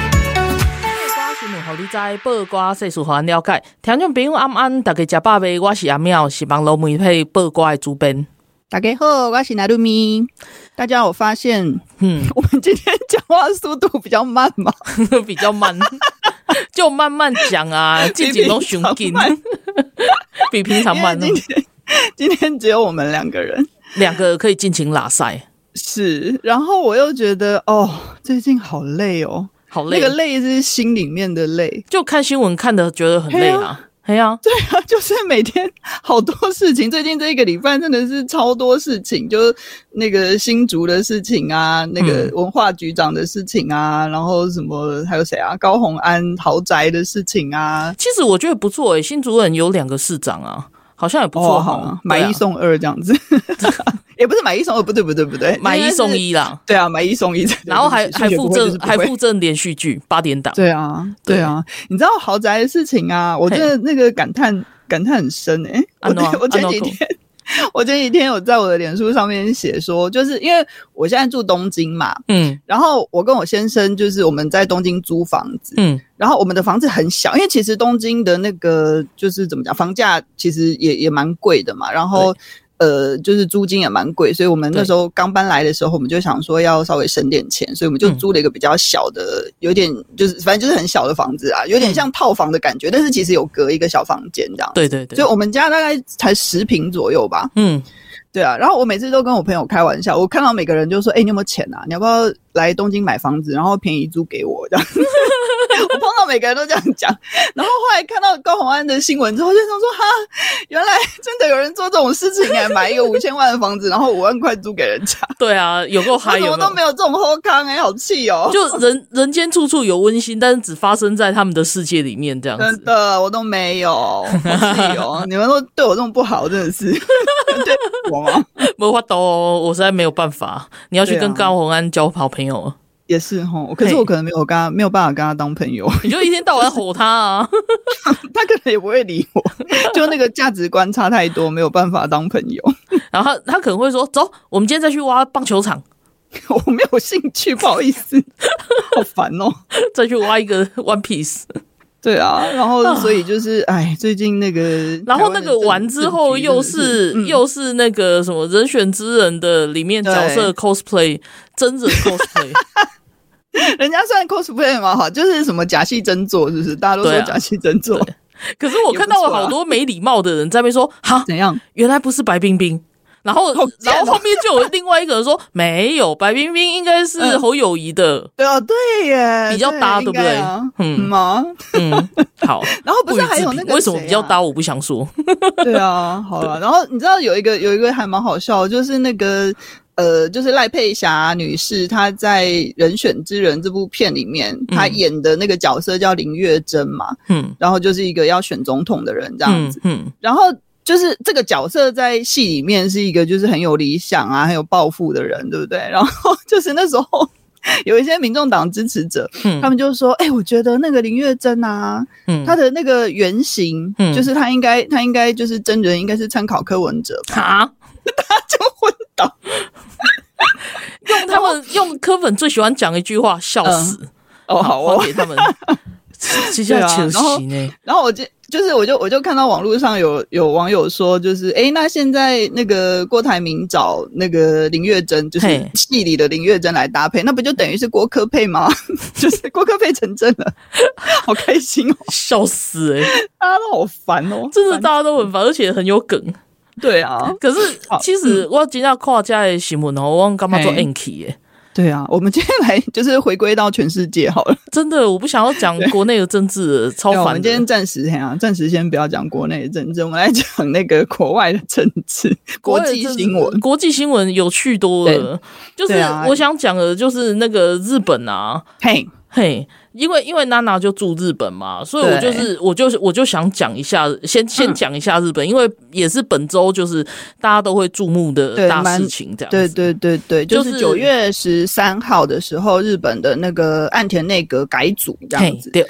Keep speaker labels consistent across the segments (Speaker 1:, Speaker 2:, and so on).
Speaker 1: 我新闻，互你知报歌世事，互咱了解。听众朋友，暗暗大家食饱未？我是阿妙，是网络媒体报歌的主编。
Speaker 2: 打给后，我是拿露咪。大家有发现，
Speaker 1: 嗯，
Speaker 2: 我们今天讲话速度比较慢 吗？
Speaker 1: 比较慢，就慢慢讲啊，自己都寻
Speaker 2: 比
Speaker 1: 紧
Speaker 2: 平常慢，
Speaker 1: 比平常啊慢。
Speaker 2: 因为今天 今天只有我们两个人，
Speaker 1: 两个可以尽情拉塞，
Speaker 2: 是。然后我又觉得，哦，最近好累哦，
Speaker 1: 好累。
Speaker 2: 那个累是心里面的累，
Speaker 1: 就看新闻看的觉得很累啦。哎呀、
Speaker 2: 对啊，就是每天好多事情。最近这一个礼拜真的是超多事情，就是那个新竹的事情啊，那个
Speaker 1: 嗯
Speaker 2: 文化局长的事情啊，然后什么还有谁啊，高洪安豪宅的事情啊，
Speaker 1: 其实我觉得不错诶、新竹人有两个市长啊，好像也不错
Speaker 2: 哦，
Speaker 1: 哈、
Speaker 2: 好了，买一
Speaker 1: 对啊、
Speaker 2: 送二这样子，也不是买一送二，不对不对不对，
Speaker 1: 买一送
Speaker 2: 应该是，
Speaker 1: 一啦，
Speaker 2: 对啊，买一送一，
Speaker 1: 然后还
Speaker 2: 对
Speaker 1: 还附赠还，
Speaker 2: 对不起数学不会就是不
Speaker 1: 附
Speaker 2: 会
Speaker 1: 赠连续剧八点档，
Speaker 2: 对啊对啊，你知道豪宅的事情啊，我真的那个感叹感叹很深诶、
Speaker 1: 安诺
Speaker 2: 我我前几
Speaker 1: 安诺
Speaker 2: 天。我前几天有在我的脸书上面写说，就是因为我现在住东京嘛，
Speaker 1: 嗯
Speaker 2: 然后我跟我先生就是我们在东京租房子，
Speaker 1: 嗯
Speaker 2: 然后我们的房子很小，因为其实东京的那个就是怎么讲，房价其实也也蛮贵的嘛，然后。呃，就是租金也蛮贵，所以我们那时候刚搬来的时候，我们就想说要稍微省点钱，所以我们就
Speaker 1: 嗯
Speaker 2: 租了一个比较小的，有点就是反正就是很小的房子啊，有点像套房的感觉，但是其实有隔一个小房间这样。，
Speaker 1: 嗯对对对，
Speaker 2: 所以我们家大概才十平左右吧。
Speaker 1: 嗯
Speaker 2: 对啊，然后我每次都跟我朋友开玩笑，我看到每个人就说：“哎、你有没有钱啊？你要不要来东京买房子，然后便宜租给我？”这样， 我碰到每个人都这样讲。然后后来看到高洪安的新闻之后，就想说：“哈，原来真的有人做这种事情哎、买一个五千万的房子，然后五万块租给人家，
Speaker 1: 对啊，有够嗨
Speaker 2: 我怎
Speaker 1: 有
Speaker 2: 么
Speaker 1: 没
Speaker 2: 都
Speaker 1: 有
Speaker 2: 没？有这种后康哎，好气哦！”
Speaker 1: 就人人间处处有温馨，但是只发生在他们的世界里面这样
Speaker 2: 真
Speaker 1: 子。
Speaker 2: 的，我都没有，好气 哦！你们都对我这么不好，真的是 对我啊吗？
Speaker 1: 没法哦，我实在没有办法。你要去
Speaker 2: 对啊
Speaker 1: 跟高洪安交好朋友了，
Speaker 2: 也是哈，可是
Speaker 1: 嘿
Speaker 2: 我可能没有跟他没有办法跟他当朋友。
Speaker 1: 你就一天到晚吼他啊。
Speaker 2: 他可能也不会理我，就那个价值观差太多，没有办法当朋友。
Speaker 1: 然后他他可能会说：“走，我们今天再去挖棒球场，
Speaker 2: 我没有兴趣，不好意思，好烦哦。
Speaker 1: 再去挖一 个 One Piece。
Speaker 2: 对啊，然后所以就是，哎，最近那个”，
Speaker 1: 然后那个完之后又是、
Speaker 2: 嗯
Speaker 1: 又是那个什么《人选之人》的里面角色 cosplay 真人 cosplay，
Speaker 2: 人家虽然 cosplay 嘛，哈，就是什么假戏真做，是不是？大家都
Speaker 1: 对
Speaker 2: 说
Speaker 1: 啊
Speaker 2: 假戏真做，
Speaker 1: 可是我看到
Speaker 2: 也
Speaker 1: 有
Speaker 2: 不错啊
Speaker 1: 好多没礼貌的人在那边说：“哈，
Speaker 2: 怎样？
Speaker 1: 原来不是白冰冰。”然后
Speaker 2: 好，贱
Speaker 1: 然
Speaker 2: 哦
Speaker 1: 后后面就有另外一个人说：“没有，白冰冰应该是
Speaker 2: 嗯
Speaker 1: 侯友谊的。
Speaker 2: 对啊，对耶，
Speaker 1: 比较搭对不对
Speaker 2: 应该啊
Speaker 1: 嗯
Speaker 2: 嗯啊，”
Speaker 1: 嗯， 好。
Speaker 2: 然后不是
Speaker 1: 予
Speaker 2: 还
Speaker 1: 置
Speaker 2: 有
Speaker 1: 评
Speaker 2: 那个
Speaker 1: 为什么
Speaker 2: 谁
Speaker 1: 比较
Speaker 2: 啊
Speaker 1: 搭？我不想说。
Speaker 2: 对啊，好了。然后你知道有一个有一个还蛮好笑的，就是那个呃，就是赖佩霞女士，她在《人选之人》这部片里面，她演的那个角色叫林月珍嘛，
Speaker 1: 嗯，
Speaker 2: 然后就是一个要选总统的人这样
Speaker 1: 嗯
Speaker 2: 子。
Speaker 1: 嗯
Speaker 2: 然后就是这个角色在戏里面是一个就是很有理想啊、很有抱负的人，对不对？ 然后就是那时候有一些民众党支持者，
Speaker 1: 嗯
Speaker 2: 他们就说：“哎、我觉得那个林月珍啊，
Speaker 1: 嗯，
Speaker 2: 他的那个原型，
Speaker 1: 嗯
Speaker 2: 就是他应该，他应该就是真人，应该是参考柯文哲吧，
Speaker 1: 哈，
Speaker 2: 就昏倒。
Speaker 1: 用他们用柯粉最喜欢讲一句话，笑死。
Speaker 2: 哦，好
Speaker 1: 还
Speaker 2: 哦。啊
Speaker 1: 给他们。接下来前行呢？
Speaker 2: 然后我就就是我就我就看到网络上有有网友说，就是哎，诶那现在那个郭台铭找那个林月珍，就是
Speaker 1: 嘿
Speaker 2: 戏里的林月珍来搭配，那不就等于是郭科配吗？ 就是郭科配成真了，好开心哦！
Speaker 1: 笑死哎、
Speaker 2: 大家都好烦哦，
Speaker 1: 真的
Speaker 2: 到
Speaker 1: 大家都很烦，而且很有梗。
Speaker 2: 对啊，
Speaker 1: 可是
Speaker 2: 好嗯
Speaker 1: 其实我今天看这的新闻哦，我感觉做 anky 哎，
Speaker 2: 对啊，我们今天来就是回归到全世界好了。
Speaker 1: 真的，我不想要讲国内的政治了，超
Speaker 2: 对啊我
Speaker 1: 烦
Speaker 2: 们今天
Speaker 1: 的。
Speaker 2: 暂时哎呀，暂时先不要讲国内的政治，我们来讲那个国外的政治、国际新闻。
Speaker 1: 国际新闻有趣多了。就是
Speaker 2: 对啊
Speaker 1: 我想讲的，就是那个日本啊，
Speaker 2: 嘿，
Speaker 1: 嘿，因为因为娜娜就住日本嘛，所以我
Speaker 2: 对嗯
Speaker 1: 就是我就是我就想讲一下，先先讲一下日本，因为也是本周就是大家都会注目的
Speaker 2: 对
Speaker 1: 大
Speaker 2: 蛮
Speaker 1: 事情，这样
Speaker 2: 对
Speaker 1: 子。
Speaker 2: 对对对，就
Speaker 1: 就是
Speaker 2: 是九月十三号的时候，日本的那个岸田内阁改组这样
Speaker 1: 嘿
Speaker 2: 子。
Speaker 1: 对，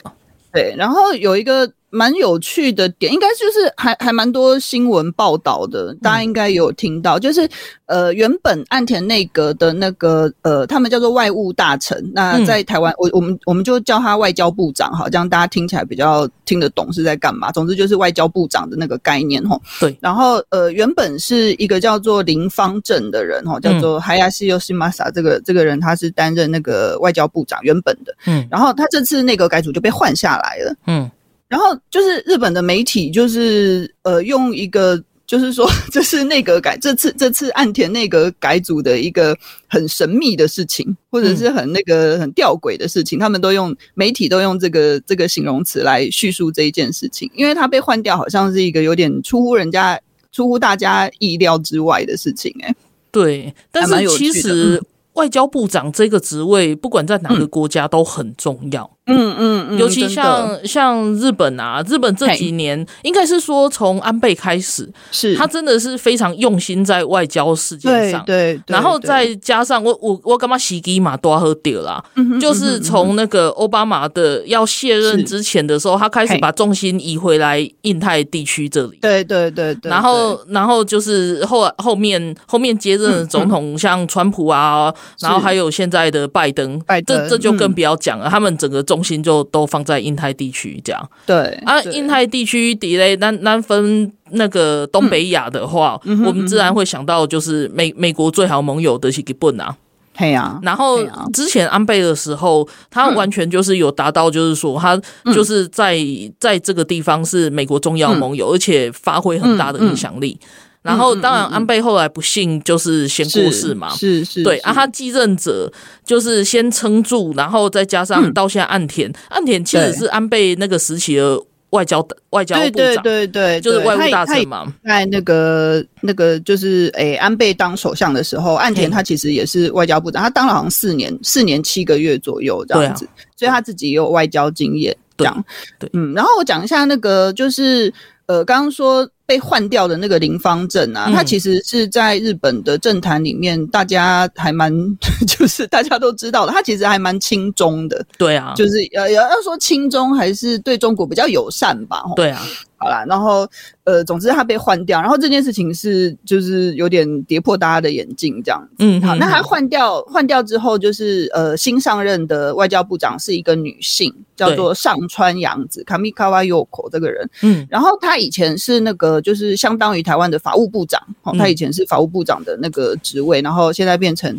Speaker 2: 对，然后有一个蛮有趣的点，应该就是还还蛮多新闻报道的，
Speaker 1: 嗯
Speaker 2: 大家应该有听到，就是呃，原本岸田内阁的那个呃，他们叫做外务大臣，那
Speaker 1: 嗯
Speaker 2: 在台湾，我我们我们就叫他外交部长，好，这样大家听起来比较听得懂是在干嘛。总之就是外交部长的那个概念吼。
Speaker 1: 对
Speaker 2: 然后呃，原本是一个叫做林方正的人吼，叫
Speaker 1: 嗯
Speaker 2: 做 Hayashi Yoshimasa 这个这个人，他是担任那个外交部长原本的。
Speaker 1: 嗯
Speaker 2: 然后他这次内阁改组就被换下来了。
Speaker 1: 嗯，
Speaker 2: 然后就是日本的媒体，就是呃，用一个就是说，这是内阁改这次这次岸田内阁改组的一个很神秘的事情，或者是很那个很吊诡的事情，他们都用媒体都用这个这个形容词来叙述这一件事情，因为他被换掉，好像是一个有点出乎人家出乎大家意料之外的事情、欸，哎，
Speaker 1: 对，但
Speaker 2: 还蛮
Speaker 1: 是
Speaker 2: 有
Speaker 1: 其
Speaker 2: 趣的嗯
Speaker 1: 实。外交部长这个职位，不管在哪个国家都很重要。
Speaker 2: 嗯嗯
Speaker 1: 尤其像像日本啊，日本这几
Speaker 2: 嘿
Speaker 1: 年应该是说从安倍开始，
Speaker 2: 是
Speaker 1: 他真的是非常用心在外交事件
Speaker 2: 对
Speaker 1: 上。
Speaker 2: 对，对
Speaker 1: 然后
Speaker 2: 对
Speaker 1: 再加上我我我干嘛洗衣嘛多喝掉啦，
Speaker 2: 嗯
Speaker 1: 就是从那个奥巴马的要卸任
Speaker 2: 是
Speaker 1: 之前的时候，他开始
Speaker 2: 嘿
Speaker 1: 把重心移回来印太地区这里。
Speaker 2: 对对对对，
Speaker 1: 然后，然后就是后来后面后面接任
Speaker 2: 嗯
Speaker 1: 的总统，像川普啊，然后还有现在的拜登，
Speaker 2: 拜登
Speaker 1: 这这就更
Speaker 2: 嗯
Speaker 1: 不要讲了。他们整个重心就都放在印太地区这样
Speaker 2: 对
Speaker 1: 啊。
Speaker 2: 对
Speaker 1: 印太地区底嘞，那那分那个东北亚的话，
Speaker 2: 嗯
Speaker 1: 我们自然会想到就是美美国最好盟友的是日本啊。
Speaker 2: 嘿呀，
Speaker 1: 然后
Speaker 2: 对啊
Speaker 1: 之前安倍的时候，他完全就是有达到，就是说他
Speaker 2: 嗯
Speaker 1: 就是在、在这个地方是美国重要盟
Speaker 2: 嗯
Speaker 1: 友，而且发挥很大的影响力。然后当然安倍后来不幸就是先过世嘛。
Speaker 2: 是是，
Speaker 1: 对
Speaker 2: 是
Speaker 1: 啊，他继任者就是先撑住，然后再加上到现在岸田，岸田其实
Speaker 2: 嗯对
Speaker 1: 是安倍那个时期的外交外交
Speaker 2: 对
Speaker 1: 部长，
Speaker 2: 对对对，
Speaker 1: 就是
Speaker 2: 对
Speaker 1: 外务大。臣
Speaker 2: 他也他也
Speaker 1: 嘛。
Speaker 2: 在那个那个就是诶、安倍当首相的时候，岸田
Speaker 1: 嘿
Speaker 2: 他其实也是外交部长，他当了好像四年四年七个月左右这样子，所以他自己也有外交经验。这
Speaker 1: 对
Speaker 2: 样，
Speaker 1: 啊对
Speaker 2: 嗯，然后我讲一下那个就是呃，刚刚说被换掉的那个林方正啊，
Speaker 1: 嗯
Speaker 2: 他其实是在日本的政坛里面，大家还蛮 就是大家都知道的，他其实还蛮亲中的，
Speaker 1: 对啊，
Speaker 2: 就是呃，要要说亲中还是对中国比较友善吧。吼
Speaker 1: 对啊，
Speaker 2: 好啦，然后呃，总之他被换掉，然后这件事情是就是有点跌破大家的眼镜这样子。
Speaker 1: 嗯，
Speaker 2: 好，
Speaker 1: 嗯
Speaker 2: 那他
Speaker 1: 嗯
Speaker 2: 换掉换掉之后，就是呃，新上任的外交部长是一个女性，叫
Speaker 1: 对
Speaker 2: 做上川洋子 （Kamikawa Yoko） 这个人。
Speaker 1: 嗯
Speaker 2: 然后他以前是那个，就是相当于台湾的法务部长，哦
Speaker 1: 嗯，
Speaker 2: 他以前是法务部长的那个职位，然后现在变成，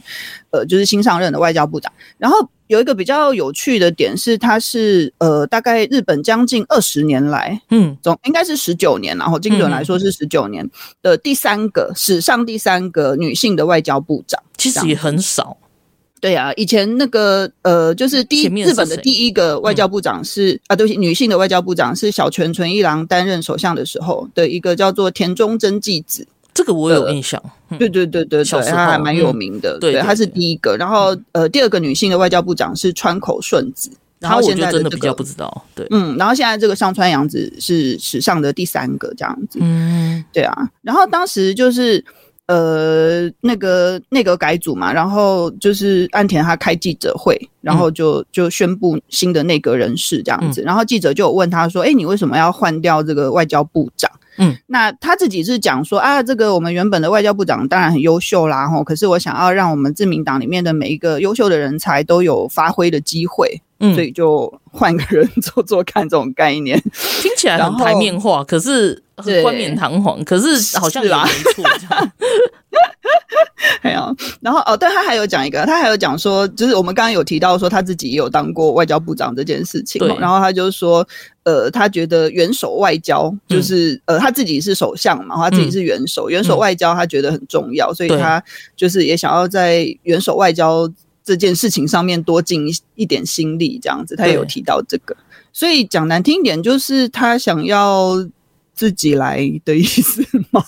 Speaker 2: 呃，就是新上任的外交部长。然后有一个比较有趣的点是，他是呃，大概日本将近二十年来，
Speaker 1: 嗯
Speaker 2: 总应该是十九年，然后精准来说是十九年的第三个史上第三个女性的外交部长。
Speaker 1: 其实
Speaker 2: 这样
Speaker 1: 也很少，
Speaker 2: 对啊，以前那个呃，就是第一
Speaker 1: 前面是
Speaker 2: 日本的
Speaker 1: 谁嗯
Speaker 2: 第一个外交部长是、啊，对不起，女性的外交部长是小泉纯一郎担任首相的时候的一个叫做田中真纪子。
Speaker 1: 这个我有
Speaker 2: 呃
Speaker 1: 印象。嗯
Speaker 2: 对对对对
Speaker 1: 小
Speaker 2: 对，
Speaker 1: 时候
Speaker 2: 她还蛮有
Speaker 1: 嗯
Speaker 2: 名的，
Speaker 1: 对对
Speaker 2: 她是
Speaker 1: 对嗯
Speaker 2: 第一个。然后呃，第二个女性的外交部长是川口顺子，然
Speaker 1: 他
Speaker 2: 后
Speaker 1: 我
Speaker 2: 现
Speaker 1: 就
Speaker 2: 在
Speaker 1: 真的
Speaker 2: 这
Speaker 1: 比较
Speaker 2: 个
Speaker 1: 不知道，对，
Speaker 2: 嗯，然后现在这个上川洋子是史上的第三个这样子。
Speaker 1: 嗯
Speaker 2: 对啊，然后当时就是呃那个内阁改组嘛，然后就是岸田他开记者会，然
Speaker 1: 嗯
Speaker 2: 后就、就宣布新的内阁人事这样子，然后记者就有问他说：“哎，你为什么要换掉这个外交部长？”
Speaker 1: 嗯，
Speaker 2: 那他自己是讲说啊，这个我们原本的外交部长当然很优秀啦，吼，可是我想要让我们自民党里面的每一个优秀的人才都有发挥的机会，
Speaker 1: 嗯
Speaker 2: 所，以就换个人 做做看这种概念。
Speaker 1: 听起来很
Speaker 2: 然后
Speaker 1: 台面化，可是很
Speaker 2: 对
Speaker 1: 冠冕堂皇，可是好像也
Speaker 2: 是啊吧
Speaker 1: 没错，这样
Speaker 2: 哎呀，然后哦，对他还有讲一个，他还有讲说，就是我们刚刚有提到说他自己也有当过外交部长这件事情嘛
Speaker 1: 对，
Speaker 2: 然后他就说，呃，他觉得元首外交
Speaker 1: 嗯
Speaker 2: 就是、呃他自己是首相嘛，他自己是元首，元首外交他觉得很重要，所以
Speaker 1: 对
Speaker 2: 他就是也想要在元首外交。这件事情上面多尽一一点心力，这样子，他也有
Speaker 1: 对
Speaker 2: 提到这个。所以讲难听一点，就是他想要自己来的意思吗？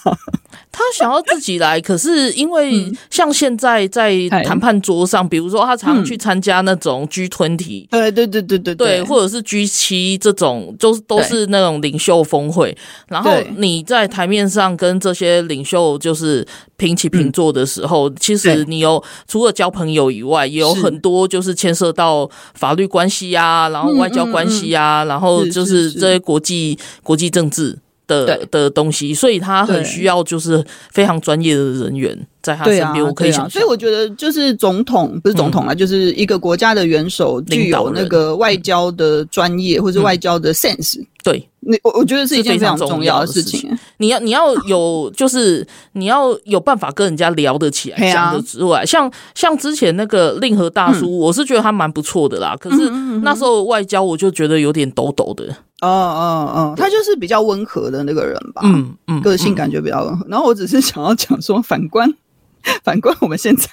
Speaker 1: 他想要自己来，可是因为像现在在
Speaker 2: 哎
Speaker 1: 谈判桌上，比如说他常
Speaker 2: 嗯
Speaker 1: 常去参加那种 G 团体。
Speaker 2: 对对对对对
Speaker 1: 对，或者是 G 七这种，就是都
Speaker 2: 对
Speaker 1: 是那种领袖峰会。然后
Speaker 2: 对
Speaker 1: 你在台面上跟这些领袖就是平起平坐的时候，其实
Speaker 2: 嗯对
Speaker 1: 你有除了交朋友以外，也有
Speaker 2: 是
Speaker 1: 很多就是牵涉到法律关系啊，然后
Speaker 2: 嗯
Speaker 1: 外交
Speaker 2: 嗯
Speaker 1: 关
Speaker 2: 嗯
Speaker 1: 系啊，然后
Speaker 2: 是
Speaker 1: 就是是
Speaker 2: 是
Speaker 1: 这些国际国际政治的
Speaker 2: 对
Speaker 1: 的东西，所以他很
Speaker 2: 对
Speaker 1: 需要就是非常专业的人员在他
Speaker 2: 对
Speaker 1: 身
Speaker 2: 啊，
Speaker 1: 边，我可以
Speaker 2: 对啊
Speaker 1: 想象。嗯
Speaker 2: 所以我觉得就是总统不是总统啊，就是一个国家的元首具
Speaker 1: 领导
Speaker 2: 有
Speaker 1: 人
Speaker 2: 那个外交的专业或是外交的 sense，、
Speaker 1: 对，
Speaker 2: 那我我觉得是一
Speaker 1: 是
Speaker 2: 件
Speaker 1: 非
Speaker 2: 非
Speaker 1: 常
Speaker 2: 常重要
Speaker 1: 重要的
Speaker 2: 的事
Speaker 1: 事情
Speaker 2: 情。
Speaker 1: 你要你要有，就是你要有办法跟人家聊得起
Speaker 2: 嘿
Speaker 1: 来，
Speaker 2: 啊
Speaker 1: 讲得之外，像像之前那个令和大叔，
Speaker 2: 嗯
Speaker 1: 我是觉得他蛮不错的啦。可是那时候外交，我就觉得有点抖抖的。
Speaker 2: 哦哦哦，他就是比较温和的那个人吧，
Speaker 1: 嗯嗯，
Speaker 2: 个性感觉比较温和。然后我只是想要讲说，反观 反观我们现在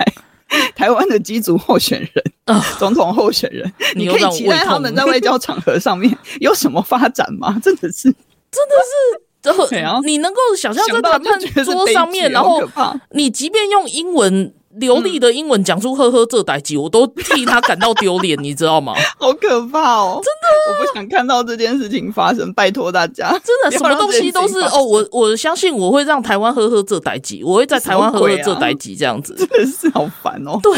Speaker 2: 台湾的机组候选人、总统候选人，
Speaker 1: 哦你
Speaker 2: 你
Speaker 1: 又
Speaker 2: 可以
Speaker 1: 让我
Speaker 2: 期
Speaker 1: 胃
Speaker 2: 待他们
Speaker 1: 痛
Speaker 2: 在外交场合上面有什么发展吗？真的是
Speaker 1: 然后
Speaker 2: 对啊
Speaker 1: 你能够想象在
Speaker 2: 想到
Speaker 1: 谈
Speaker 2: 就觉得
Speaker 1: 判
Speaker 2: 是
Speaker 1: 桌
Speaker 2: 悲
Speaker 1: 上
Speaker 2: 剧
Speaker 1: 面，然
Speaker 2: 好
Speaker 1: 后
Speaker 2: 可怕。
Speaker 1: 你即便用英文流利的英文讲出“呵呵”这代机，我都替他感到丢脸，你知道 吗？
Speaker 2: 好可怕哦！真的，我不想看到这件事情发生，拜托大家。
Speaker 1: 啊真 的，什
Speaker 2: 不要
Speaker 1: 么
Speaker 2: 让
Speaker 1: 东
Speaker 2: 这件
Speaker 1: 西
Speaker 2: 事
Speaker 1: 都
Speaker 2: 情
Speaker 1: 是
Speaker 2: 发生
Speaker 1: 哦，，我我相信我会让台湾呵呵这代机，我会在台湾呵
Speaker 2: 啊
Speaker 1: 呵这代机这样子。
Speaker 2: 真的是好烦哦。
Speaker 1: 对，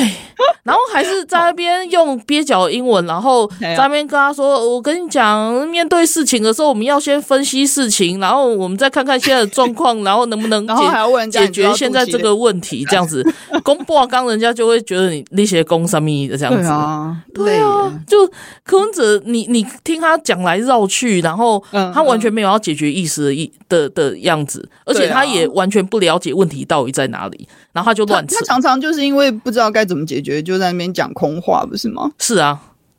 Speaker 1: 然后还是在那边用蹩脚的英文，然后
Speaker 2: 哎
Speaker 1: 在
Speaker 2: 呀
Speaker 1: 那边跟他说：“呃我跟你讲，面对事情的时候，我们要先分析事情，然后我们再看看现在的状况，然后能不能
Speaker 2: 然后还要问人
Speaker 1: 解
Speaker 2: 家
Speaker 1: 解
Speaker 2: 你知道
Speaker 1: 决现在这个问题。”这样 子，公布啊，刚人家就会觉得你那些公三咪的这样
Speaker 2: 对
Speaker 1: 子。
Speaker 2: 啊，
Speaker 1: 对啊，就柯文哲，你你听他讲来绕去，然后
Speaker 2: 嗯
Speaker 1: 他完全没有要解决意思的意的的样子，而且
Speaker 2: 对啊
Speaker 1: 他也完全不了解问题到底在哪里，然后他就
Speaker 2: 他
Speaker 1: 乱扯
Speaker 2: 他。常常就是因为不知道该怎么解决，就在那边讲空话，不是吗？
Speaker 1: 是啊，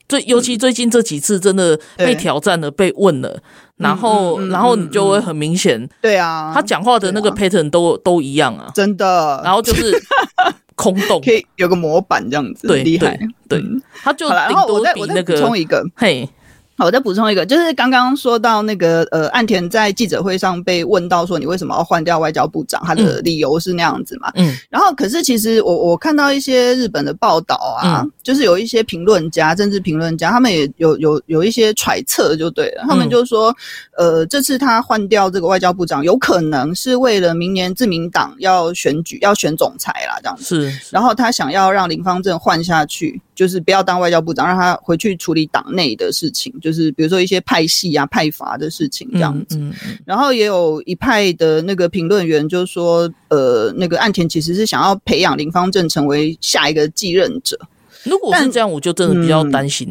Speaker 1: 最尤其最近这几次真的
Speaker 2: 嗯对嗯
Speaker 1: 被挑战了，被问了，然后、然后你就会很明显，
Speaker 2: 对啊，
Speaker 1: 他讲话的那个 pattern 都、都一样啊，
Speaker 2: 真的，
Speaker 1: 然后就是 空洞，
Speaker 2: 可以有个模板这样子，
Speaker 1: 对
Speaker 2: 很厉害嗯
Speaker 1: 对。对，他就
Speaker 2: 好了，
Speaker 1: 顶
Speaker 2: 然后我
Speaker 1: 多
Speaker 2: 再
Speaker 1: 比
Speaker 2: 我再
Speaker 1: 那
Speaker 2: 补
Speaker 1: 个
Speaker 2: 充一个，
Speaker 1: 嘿，
Speaker 2: 好，我再补充一个，就是刚刚说到那个呃，岸田在记者会上被问到说你为什么要换掉外交部长，他的理由是那样子嘛？
Speaker 1: 嗯，
Speaker 2: 然后可是其实我我看到一些日本的报道啊，
Speaker 1: 嗯
Speaker 2: 就是有一些评论家、政治评论家，他们也有有有一些揣测就对了，他
Speaker 1: 嗯
Speaker 2: 们就说，呃，这次他换掉这个外交部长，有可能是为了明年自民党要选举要选总裁啦，这样子。
Speaker 1: 是
Speaker 2: 然后他想要让林方正换下去，就是不要当外交部长，让他回去处理党内的事情，就是比如说一些派系啊、派阀的事情这样子。
Speaker 1: 嗯嗯
Speaker 2: 然后也有一派的那个评论员就说，呃，那个岸田其实是想要培养林方正成为下一个继任者。
Speaker 1: 如果是
Speaker 2: 但
Speaker 1: 这样，我就真的比较
Speaker 2: 嗯
Speaker 1: 担心。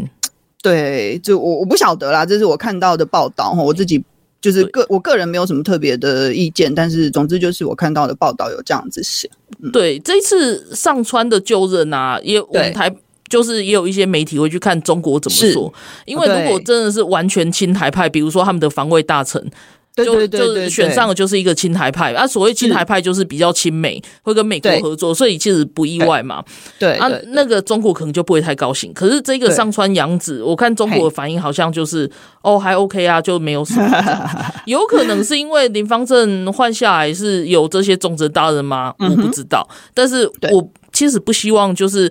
Speaker 2: 对，就我我不晓得啦，这是我看到的报道，我自己就是
Speaker 1: 嗯对
Speaker 2: 个我个人没有什么特别的意见，但是总之就是我看到的报道有这样子写。
Speaker 1: 对，这一次上川的就任啊，也我们台就是也有一些媒体会去看中国怎么
Speaker 2: 是
Speaker 1: 做，因为如果
Speaker 2: 对
Speaker 1: 真的是完全亲台派，比如说他们的防卫大臣。
Speaker 2: 对
Speaker 1: 就
Speaker 2: 对对对
Speaker 1: 就
Speaker 2: 对，
Speaker 1: 选上的就是一个亲台派啊，所谓亲台派就是比较亲美，会跟美国
Speaker 2: 对
Speaker 1: 合作，所以其实不意外嘛。
Speaker 2: 对
Speaker 1: 啊
Speaker 2: 对，
Speaker 1: 那个中国可能就不会太高兴。可是这个
Speaker 2: 对
Speaker 1: 上川洋子，我看中国的反应好像就是哦还 OK 啊，就没有什么这 样。有可能是因为林方正换下来是有这些忠贞大人吗？我不知道，但是
Speaker 2: 嗯对
Speaker 1: 我其实不希望就是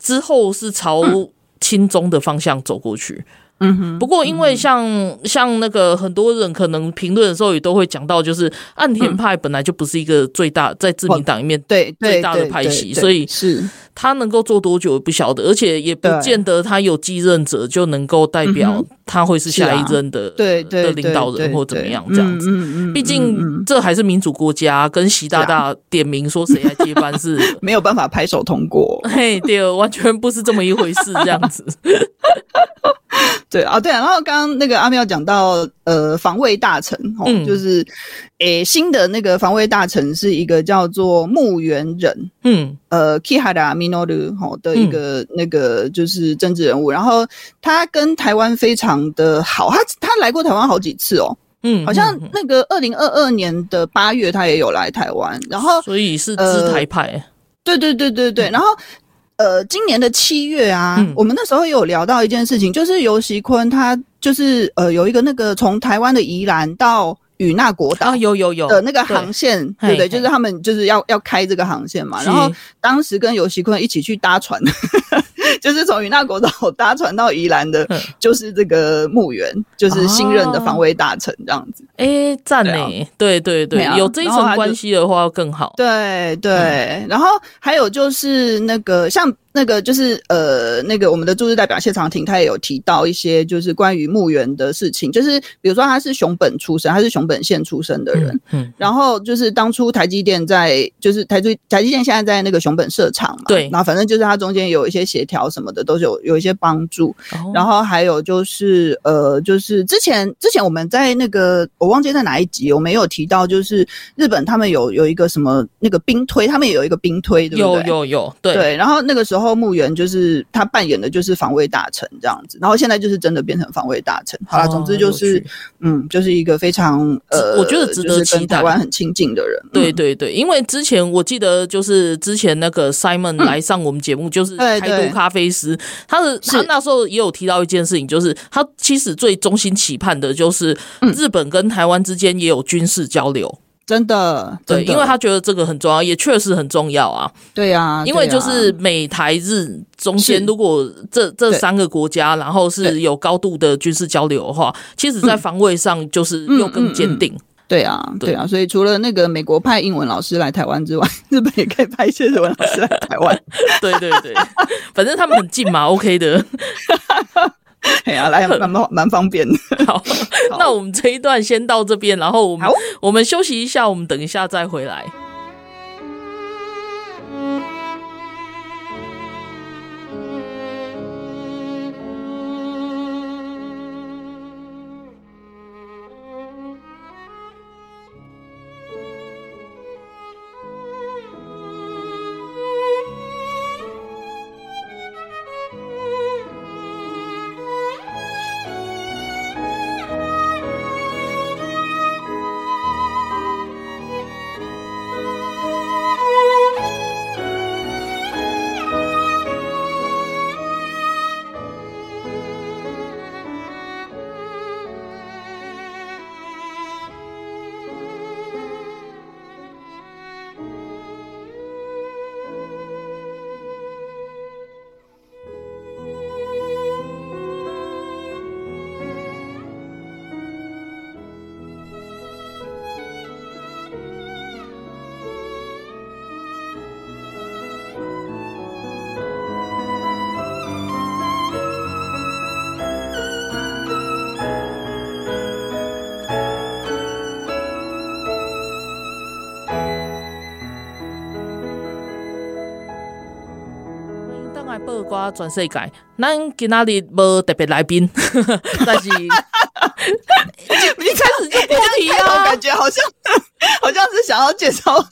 Speaker 1: 之后是朝亲中的方向走过去。
Speaker 2: 嗯哼，嗯
Speaker 1: 不过，因为像、像那个很多人可能评论的时候也都会讲到，就是岸
Speaker 2: 嗯
Speaker 1: 田派本来就不是一个最大在自民党里面
Speaker 2: 对对
Speaker 1: 最大的
Speaker 2: 对
Speaker 1: 派
Speaker 2: 对
Speaker 1: 系
Speaker 2: 对
Speaker 1: 所以
Speaker 2: 是
Speaker 1: 他能够做多久也不晓得，而且也不
Speaker 2: 对
Speaker 1: 见得他有继任者就能够代
Speaker 2: 嗯
Speaker 1: 表他会是下一任的、呃
Speaker 2: 啊对对
Speaker 1: 的领导
Speaker 2: 对
Speaker 1: 人
Speaker 2: 对
Speaker 1: 或怎么样
Speaker 2: 对
Speaker 1: 这样子。
Speaker 2: 嗯嗯嗯
Speaker 1: 毕
Speaker 2: 嗯嗯
Speaker 1: 竟这还是民主国家，跟习大大点名说谁来接班是，。
Speaker 2: 没有办法拍手通过
Speaker 1: 嘿，对，完全不是这么一回事，这样 子。
Speaker 2: 对啊，对啊。然后刚刚那个阿妙讲到，呃，防卫大臣哦，
Speaker 1: 嗯
Speaker 2: 就是诶新的那个防卫大臣是一个叫做木原忍。
Speaker 1: 嗯
Speaker 2: 呃，Kihara Minoru 吼的一个、那个就是政治人物，然后他跟台湾非常的好，他他来过台湾好几次哦，
Speaker 1: 嗯，
Speaker 2: 好像
Speaker 1: 嗯嗯
Speaker 2: 那个二零二二年的八月他也有来台湾，然后
Speaker 1: 所以是
Speaker 2: 呃
Speaker 1: 支台派，
Speaker 2: 对对对对对，然后。呃，今年的七月啊，
Speaker 1: 嗯
Speaker 2: 我们那时候有聊到一件事情，就是尤熙坤他就是呃有一个那个从台湾的宜兰到与那国岛
Speaker 1: 啊，有有有
Speaker 2: 的呃那个
Speaker 1: 对
Speaker 2: 航线，
Speaker 1: 嘿
Speaker 2: 对不对？
Speaker 1: 嘿
Speaker 2: 就是他们就是要要开这个航线嘛。
Speaker 1: 是
Speaker 2: 然后当时跟尤熙坤一起去搭船， 就是从与那国岛搭船到宜兰的
Speaker 1: 嗯，
Speaker 2: 就是这个墓园，就是新任的
Speaker 1: 哦
Speaker 2: 防卫大臣这样子。
Speaker 1: 哎赞
Speaker 2: 对
Speaker 1: 呢
Speaker 2: 啊，
Speaker 1: 对对对
Speaker 2: 对，啊
Speaker 1: 有这一
Speaker 2: 然后他
Speaker 1: 层
Speaker 2: 就
Speaker 1: 关系的话更好。
Speaker 2: 对对，
Speaker 1: 嗯
Speaker 2: 然后还有就是那个像那个就是呃那个我们的驻日代表谢长廷，他也有提到一些就是关于墓园的事情，就是比如说他是熊本出生，他是熊本县出生的人，
Speaker 1: 嗯嗯，
Speaker 2: 然后就是当初台积电在，就是台积台积电现在在那个熊本设厂嘛，
Speaker 1: 对
Speaker 2: 然后反正就是它中间有一些协调什么的，都是有有一些帮助。然
Speaker 1: 后
Speaker 2: 后还有就是呃，就是之前之前我们在那个我忘记在哪一集，我们有提到，就是日本他们有有一个什么那个兵推，他们也有一个兵推，对不
Speaker 1: 有
Speaker 2: 对？
Speaker 1: 有有，对，
Speaker 2: 对，然后那个时候墓园就是他扮演的就是防卫大臣这样子，然后现在就是真的变成防卫大臣。好了，
Speaker 1: 哦
Speaker 2: 总之就
Speaker 1: 有
Speaker 2: 是
Speaker 1: 趣
Speaker 2: 嗯，就是一个非常呃，
Speaker 1: 我觉得值得
Speaker 2: 就是
Speaker 1: 期
Speaker 2: 跟
Speaker 1: 待
Speaker 2: 台湾很亲近的人。
Speaker 1: 对
Speaker 2: 嗯
Speaker 1: 对对，因为之前我记得就是之前那个 Simon 来上我们节目，就是
Speaker 2: 对
Speaker 1: 开
Speaker 2: 对
Speaker 1: 读咖啡师，他的他
Speaker 2: 是
Speaker 1: 那时候也有提到一件事情，就是他其实最衷心期盼的就是
Speaker 2: 嗯
Speaker 1: 日本跟台湾之间也有军事交流，
Speaker 2: 真的，
Speaker 1: 对，
Speaker 2: 真的
Speaker 1: 因为他觉得这个很重要，也确实很重要啊。
Speaker 2: 对啊，
Speaker 1: 因为
Speaker 2: 对
Speaker 1: 就
Speaker 2: 啊
Speaker 1: 是美台日中间，
Speaker 2: 是
Speaker 1: 如果这这
Speaker 2: 对
Speaker 1: 三个国家，然后是
Speaker 2: 对嗯
Speaker 1: 有高度的军事交流的话，其实在防卫上就是又更坚定。
Speaker 2: 对啊，
Speaker 1: 对
Speaker 2: 对啊，所以除了那个美国派英文老师来台湾之外，日本也可以派一些日文老师来台湾。
Speaker 1: 对对对， 反正他们很近嘛，OK 的。
Speaker 2: 哎呀，来蛮蛮蛮方便的。
Speaker 1: 好，那我们这一段先到这边，然后我们
Speaker 2: 好
Speaker 1: 我们休息一下，我们等一下再回来。欢迎登来报瓜转世界，咱今仔日无特别来宾， 但是一开始就破题
Speaker 2: 开头
Speaker 1: 啊，
Speaker 2: 感觉好像好像是想要介绍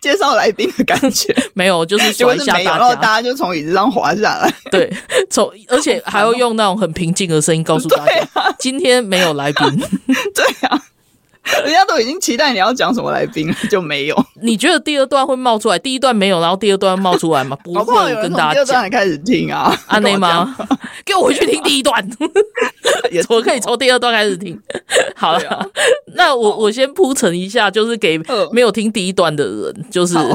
Speaker 2: 介绍来宾的感 觉，
Speaker 1: 没有，就是甩
Speaker 2: 结果
Speaker 1: 一
Speaker 2: 是
Speaker 1: 下
Speaker 2: 没有，然
Speaker 1: 大
Speaker 2: 后
Speaker 1: 家
Speaker 2: 大。家就从椅子上滑下来。
Speaker 1: 对，从而且还要用那种很平静的声音告诉大家，
Speaker 2: 啊
Speaker 1: 今天没有来宾。
Speaker 2: 对啊，人家都已经期待你要讲什么来宾了，就没有。
Speaker 1: 你觉得第二段会冒出来？第一段没有，然后第二段冒出来吗？不
Speaker 2: 搞不
Speaker 1: 会，
Speaker 2: 好有
Speaker 1: 我
Speaker 2: 人
Speaker 1: 跟
Speaker 2: 从
Speaker 1: 大
Speaker 2: 第
Speaker 1: 家
Speaker 2: 二
Speaker 1: 讲。
Speaker 2: 段开始听啊，
Speaker 1: 安内
Speaker 2: 跟我讲？
Speaker 1: 吗？给我回去听第一段，
Speaker 2: 也 是
Speaker 1: 我可以从第二段开始听。 好
Speaker 2: 对啊
Speaker 1: 了， 那我我先铺陈一下，就是给
Speaker 2: 嗯
Speaker 1: 没有听第一段的人，就是
Speaker 2: 没有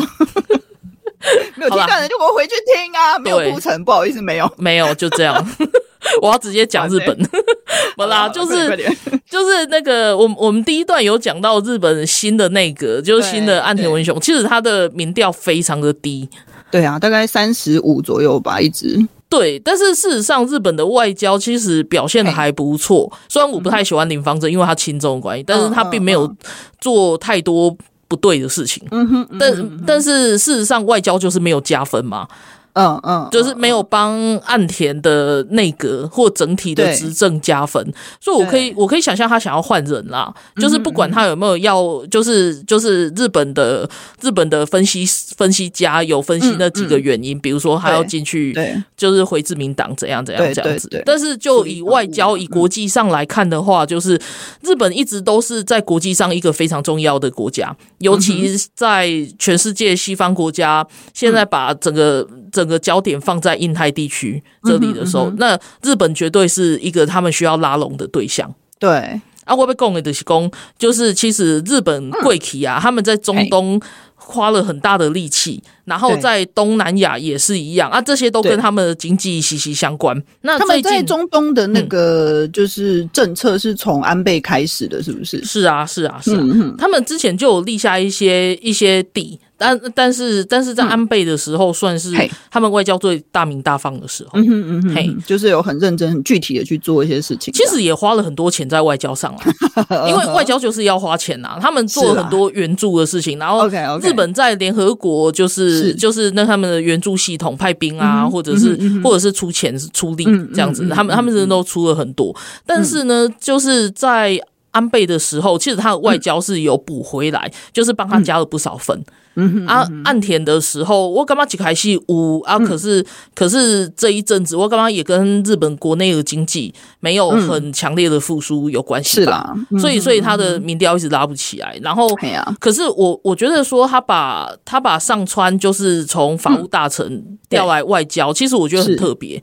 Speaker 1: 好
Speaker 2: 听
Speaker 1: 啦
Speaker 2: 到的就给我回去听啊，没有
Speaker 1: 对
Speaker 2: 铺陈，不好意思，没有。
Speaker 1: 没有就这样。 我要直接讲日本， 不
Speaker 2: 好
Speaker 1: 啦，
Speaker 2: 啦
Speaker 1: 就
Speaker 2: 快点
Speaker 1: 是
Speaker 2: 快点
Speaker 1: 就是那个，我们我们第一段有讲到日本新的内阁，就是新的岸田文雄，其实他的民调非常的低。
Speaker 2: 对啊，大概三十五左右吧，一直。
Speaker 1: 对，但是事实上，日本的外交其实表现的还不错。虽然我不
Speaker 2: 嗯
Speaker 1: 太喜欢林方正，因为他亲中的关系，但是他并没有做太多不对的事情。
Speaker 2: 嗯哼，嗯
Speaker 1: 但但是事实上，外交就是没有加分嘛，
Speaker 2: 嗯嗯，
Speaker 1: 就是没有帮岸田的内阁或整体的
Speaker 2: 对嗯
Speaker 1: 执政加分，所以我可以我可以想象他想要换人啦，就是不管他有没有要，就是就是日本的日本的分析分析家有分析那几个原因，比如说他要进去
Speaker 2: 嗯对
Speaker 1: 就是回自民党怎样怎样
Speaker 2: 对
Speaker 1: 这样子
Speaker 2: 对对。
Speaker 1: 但是就以外交、以国际上来看的话，就是日本一直都是在国际上一个非常重要的国家，尤其在全世界西方国家现在把整个整个焦点放在印太地区这里的时
Speaker 2: 嗯
Speaker 1: 候，那日本绝对是一个他们需要拉拢的对象。
Speaker 2: 对，
Speaker 1: 啊，我被供给的是供，就是其实日本贵企
Speaker 2: 嗯
Speaker 1: 啊，他们在中东花了很大的力气，然后
Speaker 2: 对
Speaker 1: 在东南亚也是一样啊，这些都
Speaker 2: 对
Speaker 1: 跟他们的经济息息相关。那
Speaker 2: 他
Speaker 1: 最
Speaker 2: 们在
Speaker 1: 近嗯
Speaker 2: 中东的那个就是政策是从安倍开始的，是不是？
Speaker 1: 是啊，是啊，是啊，
Speaker 2: 嗯
Speaker 1: 他们之前就有立下一些一些底，但但是但是在安倍的时候，算是
Speaker 2: 嗯嘿
Speaker 1: 他们外交最大名大放的时候。
Speaker 2: 嗯嗯
Speaker 1: 嘿
Speaker 2: 嗯，就是有很认真、很具体的去做一些事情。
Speaker 1: 其实也花了很多钱在外交上了，因
Speaker 2: 嗯
Speaker 1: 为外交就是要花钱呐、他们做了很多援助的事情，然后
Speaker 2: 啊 OK，OK
Speaker 1: 日本在联合国就是
Speaker 2: 是嗯
Speaker 1: 就是那他们的援助系统派兵啊，或者是、或者是出钱出力这样子，他们他们人都出了很多，但是呢，
Speaker 2: 嗯
Speaker 1: 就是在。安倍的时候，其实他的外交是有补回
Speaker 2: 嗯
Speaker 1: 来，就是帮他加了不少分。啊，岸田的时候，我干嘛几开戏五
Speaker 2: 嗯
Speaker 1: 啊？可是、可是这一阵子，我干嘛也跟日本国内的经济没有很强烈的复苏有关系
Speaker 2: 嗯是
Speaker 1: 吧？
Speaker 2: 啦，
Speaker 1: 所以所以他的民调一直拉不起来。然后，
Speaker 2: 哎呀，
Speaker 1: 可是我我觉得说他把他把上川就是从法务大臣调来外交，其实我觉得很
Speaker 2: 是
Speaker 1: 特别。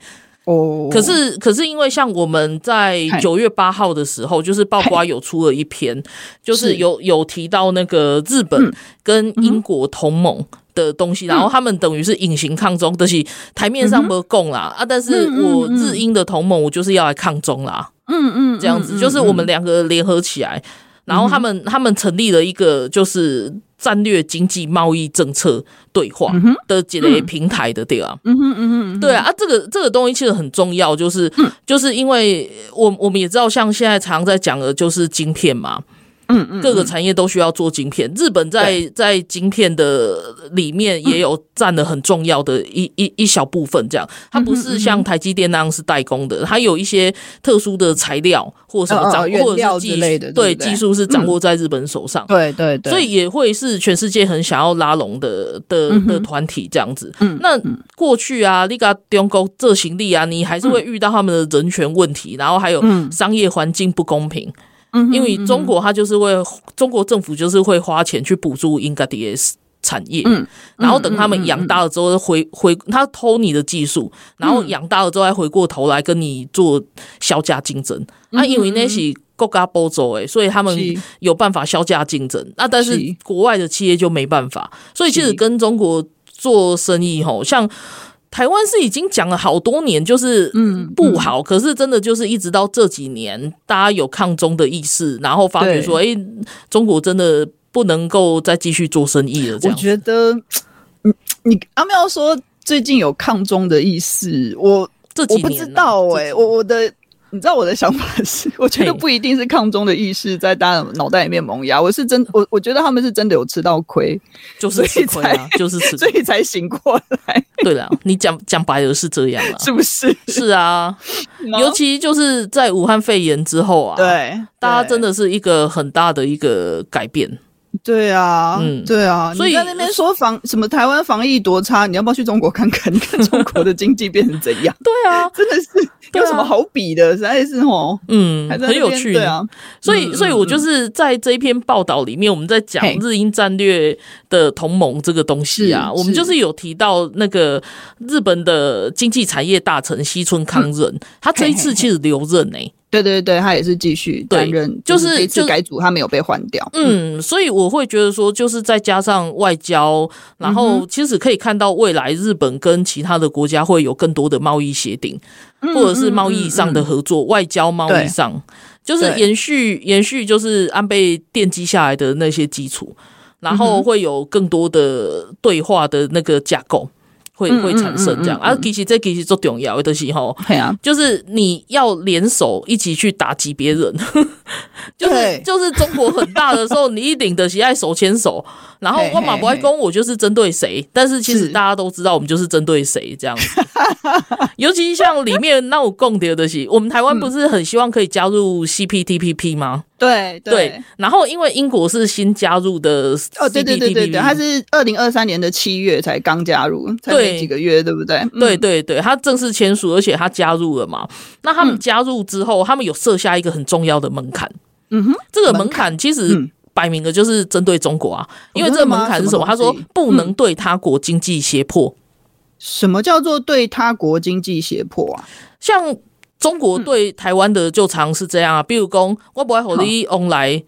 Speaker 2: 哦，
Speaker 1: 可是可是因为像我们在
Speaker 2: 嗨
Speaker 1: 九月八号的时候，就是爆瓜有出了一篇，就是
Speaker 2: 是嗯
Speaker 1: 有有提到那个日本跟英国同盟。的东西，然后他们等于是隐形抗中，但、就是台面上没共啦、
Speaker 2: 嗯
Speaker 1: 啊，但是我日英的同盟，我就是要来抗中啦，
Speaker 2: 嗯嗯，
Speaker 1: 这样子，就是我们两个联合起来，然后他们他们成立了一个就是战略经济贸易政策对话的几类平台的对啊，
Speaker 2: 嗯哼嗯哼，嗯
Speaker 1: 对啊，啊这个这个东西其实很重要，就是、就是因为我我们也知道，像现在常在讲的就是晶片嘛，
Speaker 2: 嗯嗯，
Speaker 1: 各个产业都需要做晶片。日本在在晶片的里面也有占了很重要的一一一小部分，这样它
Speaker 2: 嗯
Speaker 1: 不是像台积电那样是代工的，它有一些特殊的材料或什么
Speaker 2: 呃
Speaker 1: 掌
Speaker 2: 呃原
Speaker 1: 或者
Speaker 2: 料
Speaker 1: 是技
Speaker 2: 之类的
Speaker 1: 术
Speaker 2: 对不嗯对
Speaker 1: 技术是掌握在日本手上。
Speaker 2: 对对对，
Speaker 1: 所以也会是全世界很想要拉拢的的的团体这样子。
Speaker 2: 嗯
Speaker 1: 那过去啊，你个中国这行力啊，你还是会遇到他们的人权问题，然后还有
Speaker 2: 嗯
Speaker 1: 商业环境不公平。
Speaker 2: 嗯哼
Speaker 1: 因为中国它就是会，中国政府就是会花钱去补助英格迪产业，
Speaker 2: 嗯
Speaker 1: 然后等他们养大了之后回回，他偷你的技术，
Speaker 2: 嗯
Speaker 1: 然后养大了之后再回过头来跟你做销价竞争。
Speaker 2: 嗯
Speaker 1: 那、因为那是国家包走诶，所以他们
Speaker 2: 是
Speaker 1: 有办法销价竞争。那、但是
Speaker 2: 是
Speaker 1: 国外的企业就没办法，所以其实
Speaker 2: 是
Speaker 1: 跟中国做生意吼，像。台湾是已经讲了好多年，就是嗯不好，可是真的就是一直到这几年，大家有抗中的意识，然后发觉
Speaker 2: 对
Speaker 1: 说，哎、中国真的不能够再继续做生意了。这
Speaker 2: 我
Speaker 1: 样，
Speaker 2: 觉得，你你阿妙说最近有抗中的意识，我
Speaker 1: 这几
Speaker 2: 我
Speaker 1: 年
Speaker 2: 不知道
Speaker 1: 哎、
Speaker 2: 哎、
Speaker 1: 这几
Speaker 2: 我我的。你知道我的想法是，我觉得
Speaker 1: 嘿
Speaker 2: 不一定是抗中的意识在大家脑袋里面萌芽，我是真我我觉得他们是真的有吃到亏，
Speaker 1: 就是吃亏啊，就是吃
Speaker 2: 所
Speaker 1: 亏。
Speaker 2: 以才醒过来，
Speaker 1: 对了，你讲讲白了是这样啊，
Speaker 2: 是不是？
Speaker 1: 是啊，尤其就是在武汉肺炎之后啊，，
Speaker 2: 对，
Speaker 1: 大家
Speaker 2: 对
Speaker 1: 真的是一个很大的一个改变。
Speaker 2: 对啊，
Speaker 1: 嗯
Speaker 2: 对啊，
Speaker 1: 所以？
Speaker 2: 你在那边说防什么台湾防疫多差，你要不要去中国看看？ 你看中国的经济变成怎样
Speaker 1: 对啊，
Speaker 2: 真的是
Speaker 1: 对啊
Speaker 2: 有什么好比的？实在是哦，
Speaker 1: 嗯，
Speaker 2: 还在那
Speaker 1: 很有
Speaker 2: 边
Speaker 1: 趣，
Speaker 2: 对啊，
Speaker 1: 所以，
Speaker 2: 嗯
Speaker 1: 所以我就是在这一篇报道里面，我们在讲
Speaker 2: 嘿
Speaker 1: 日英战略的同盟这个东西啊，
Speaker 2: 是
Speaker 1: 我们
Speaker 2: 是
Speaker 1: 就是有提到那个日本的经济产业大臣西村
Speaker 2: 嗯
Speaker 1: 康人，他这一次其实留任欸诶、
Speaker 2: 对对对，他也是继续
Speaker 1: 对
Speaker 2: 担任，
Speaker 1: 就是是
Speaker 2: 这
Speaker 1: 就
Speaker 2: 次改组他没有被换掉，
Speaker 1: 嗯，所以我会觉得说，就是再加上外交，然
Speaker 2: 嗯
Speaker 1: 后其实可以看到未来日本跟其他的国家会有更多的贸易协定，
Speaker 2: 嗯
Speaker 1: 或者是贸易上的合作，外交贸易
Speaker 2: 对
Speaker 1: 上，就是
Speaker 2: 嗯对
Speaker 1: 延续延续就是安倍奠基下来的那些基础，
Speaker 2: 嗯
Speaker 1: 然后会有更多的对话的那个架构会
Speaker 2: 嗯
Speaker 1: 会产生这样啊，其实这其实最重要的就是吼。
Speaker 2: 对啊，
Speaker 1: 就是你要联手一起去打击别人， 就是
Speaker 2: 对
Speaker 1: 就是中国很大的时候，你一领的喜爱手牵手，然后
Speaker 2: 嘿
Speaker 1: 我马
Speaker 2: 嘿
Speaker 1: 不爱
Speaker 2: 嘿
Speaker 1: 攻，我就是针对谁，但是其实
Speaker 2: 是
Speaker 1: 大家都知道我们就是针对谁这样子。 尤其像里面那我共谍的是，我们台湾不是很希望可以加入 CPTPP 吗？
Speaker 2: 对
Speaker 1: 对，然后因为英国是新加入的 CPTPP，
Speaker 2: 哦，对对对对对，他是二零二三年的七月才刚加入，才
Speaker 1: 对
Speaker 2: 没几个月，对不对？嗯
Speaker 1: 对对对，他正式签署，而且他加入了嘛。那他们加入之后，他们有设下一个很重要的门槛。
Speaker 2: 嗯哼，
Speaker 1: 这个门槛其实
Speaker 2: 嗯
Speaker 1: 摆明了就是针对中国啊，因为
Speaker 2: 哦
Speaker 1: 这
Speaker 2: 真
Speaker 1: 个门
Speaker 2: 的吗
Speaker 1: 槛是
Speaker 2: 什
Speaker 1: 什
Speaker 2: 么
Speaker 1: 么？他
Speaker 2: 东
Speaker 1: 说
Speaker 2: 西
Speaker 1: 不能对他国经济胁迫。
Speaker 2: 什么叫做对他国经济胁迫啊？
Speaker 1: 像中国对台湾的就常是这样啊，比如讲我不爱火力翁来。
Speaker 2: 嗯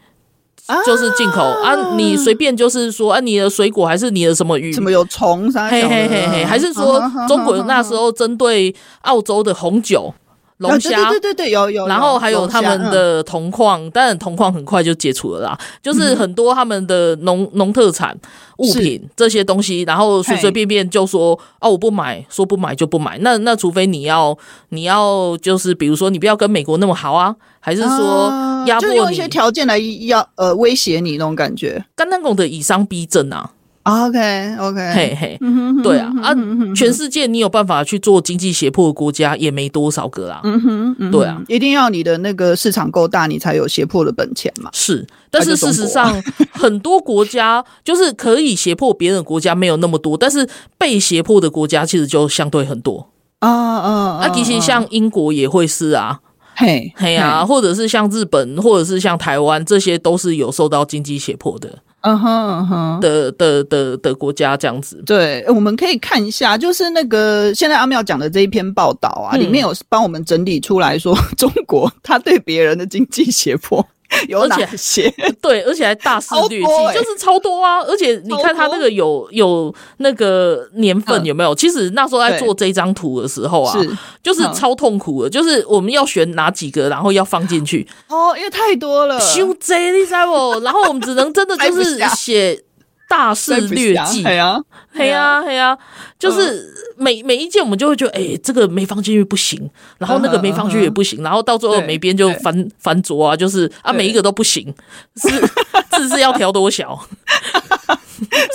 Speaker 1: 就是进口啊，你随便就是说啊，你的水果还是你的什么鱼，
Speaker 2: 什么啊有虫啥
Speaker 1: 嘿
Speaker 2: 小的
Speaker 1: 嗯嘿嘿嘿，还是说中国那时候针对澳洲的红酒、龙虾、
Speaker 2: 啊对对对对，有有，
Speaker 1: 然后还有他们
Speaker 2: 龙虾嗯
Speaker 1: 的铜矿，当然铜矿很快就解除了啦，
Speaker 2: 嗯
Speaker 1: 就是很多他们的农农特产物品这些东西，然后随随便便就说哦我不买，说不买就不买，那那除非你要你要就是比如说你不要跟美国那么好啊，还是说
Speaker 2: 啊
Speaker 1: 压
Speaker 2: 就
Speaker 1: 迫
Speaker 2: 是用一
Speaker 1: 你
Speaker 2: 些，条件来要呃威胁你那种感觉。
Speaker 1: 干单拱的以商逼政啊，
Speaker 2: OK OK，
Speaker 1: 嘿嘿，对
Speaker 2: 嗯
Speaker 1: 啊啊，全世界你有办法去做经济胁迫的国家也没多少个啦，
Speaker 2: 嗯哼，嗯哼
Speaker 1: 对啊，
Speaker 2: 一定要你的那个市场够大，你才有胁迫的本钱嘛。
Speaker 1: 是，但是
Speaker 2: 就
Speaker 1: 事
Speaker 2: 中
Speaker 1: 实
Speaker 2: 国
Speaker 1: 上，很多国家就是可以胁迫别人的国家没有那么多，但是被胁迫的国家其实就相对很多。
Speaker 2: 啊啊
Speaker 1: 啊，其实像英国也会是啊，
Speaker 2: 嗯嘿
Speaker 1: 嘿啊，，或者是像日本，或者是像台湾，这些都是有受到经济胁迫的
Speaker 2: 嗯哼嗯哼。
Speaker 1: 的的的的国家这样 子。
Speaker 2: 对，呃我们可以看一下，就是那个现在阿妙讲的这一篇报道啊，
Speaker 1: 嗯
Speaker 2: 里面有帮我们整理出来说， 中国他对别人的经济胁 迫有
Speaker 1: 而
Speaker 2: 哪
Speaker 1: 且
Speaker 2: 些？
Speaker 1: 对，而且还大肆
Speaker 2: 超
Speaker 1: 掠
Speaker 2: 多
Speaker 1: 记，
Speaker 2: 欸
Speaker 1: 就是超多啊！而且你看
Speaker 2: 超
Speaker 1: 它
Speaker 2: 多
Speaker 1: 那个有有那个年份
Speaker 2: 嗯
Speaker 1: 有没有？其实那时候在
Speaker 2: 对
Speaker 1: 做这张图的时候啊，
Speaker 2: 是
Speaker 1: 就是
Speaker 2: 嗯
Speaker 1: 超痛苦的，就是我们要选哪几个，然后要放进 去，
Speaker 2: 哦，因为太多了，
Speaker 1: 修这你知道 不？然后我们只能真的就
Speaker 2: 塞
Speaker 1: 是
Speaker 2: 不下
Speaker 1: 写大事略记，
Speaker 2: 哎呀，
Speaker 1: 嘿呀嘿呀，就是每每一件我们就会觉得，哎，这个没放进去不行，然后那个没放进去也不行，然后到最后
Speaker 2: 对
Speaker 1: 每边就
Speaker 2: 嗯对
Speaker 1: 翻翻桌啊，就是啊
Speaker 2: 对
Speaker 1: 每一个都不行，是 字是要调多小？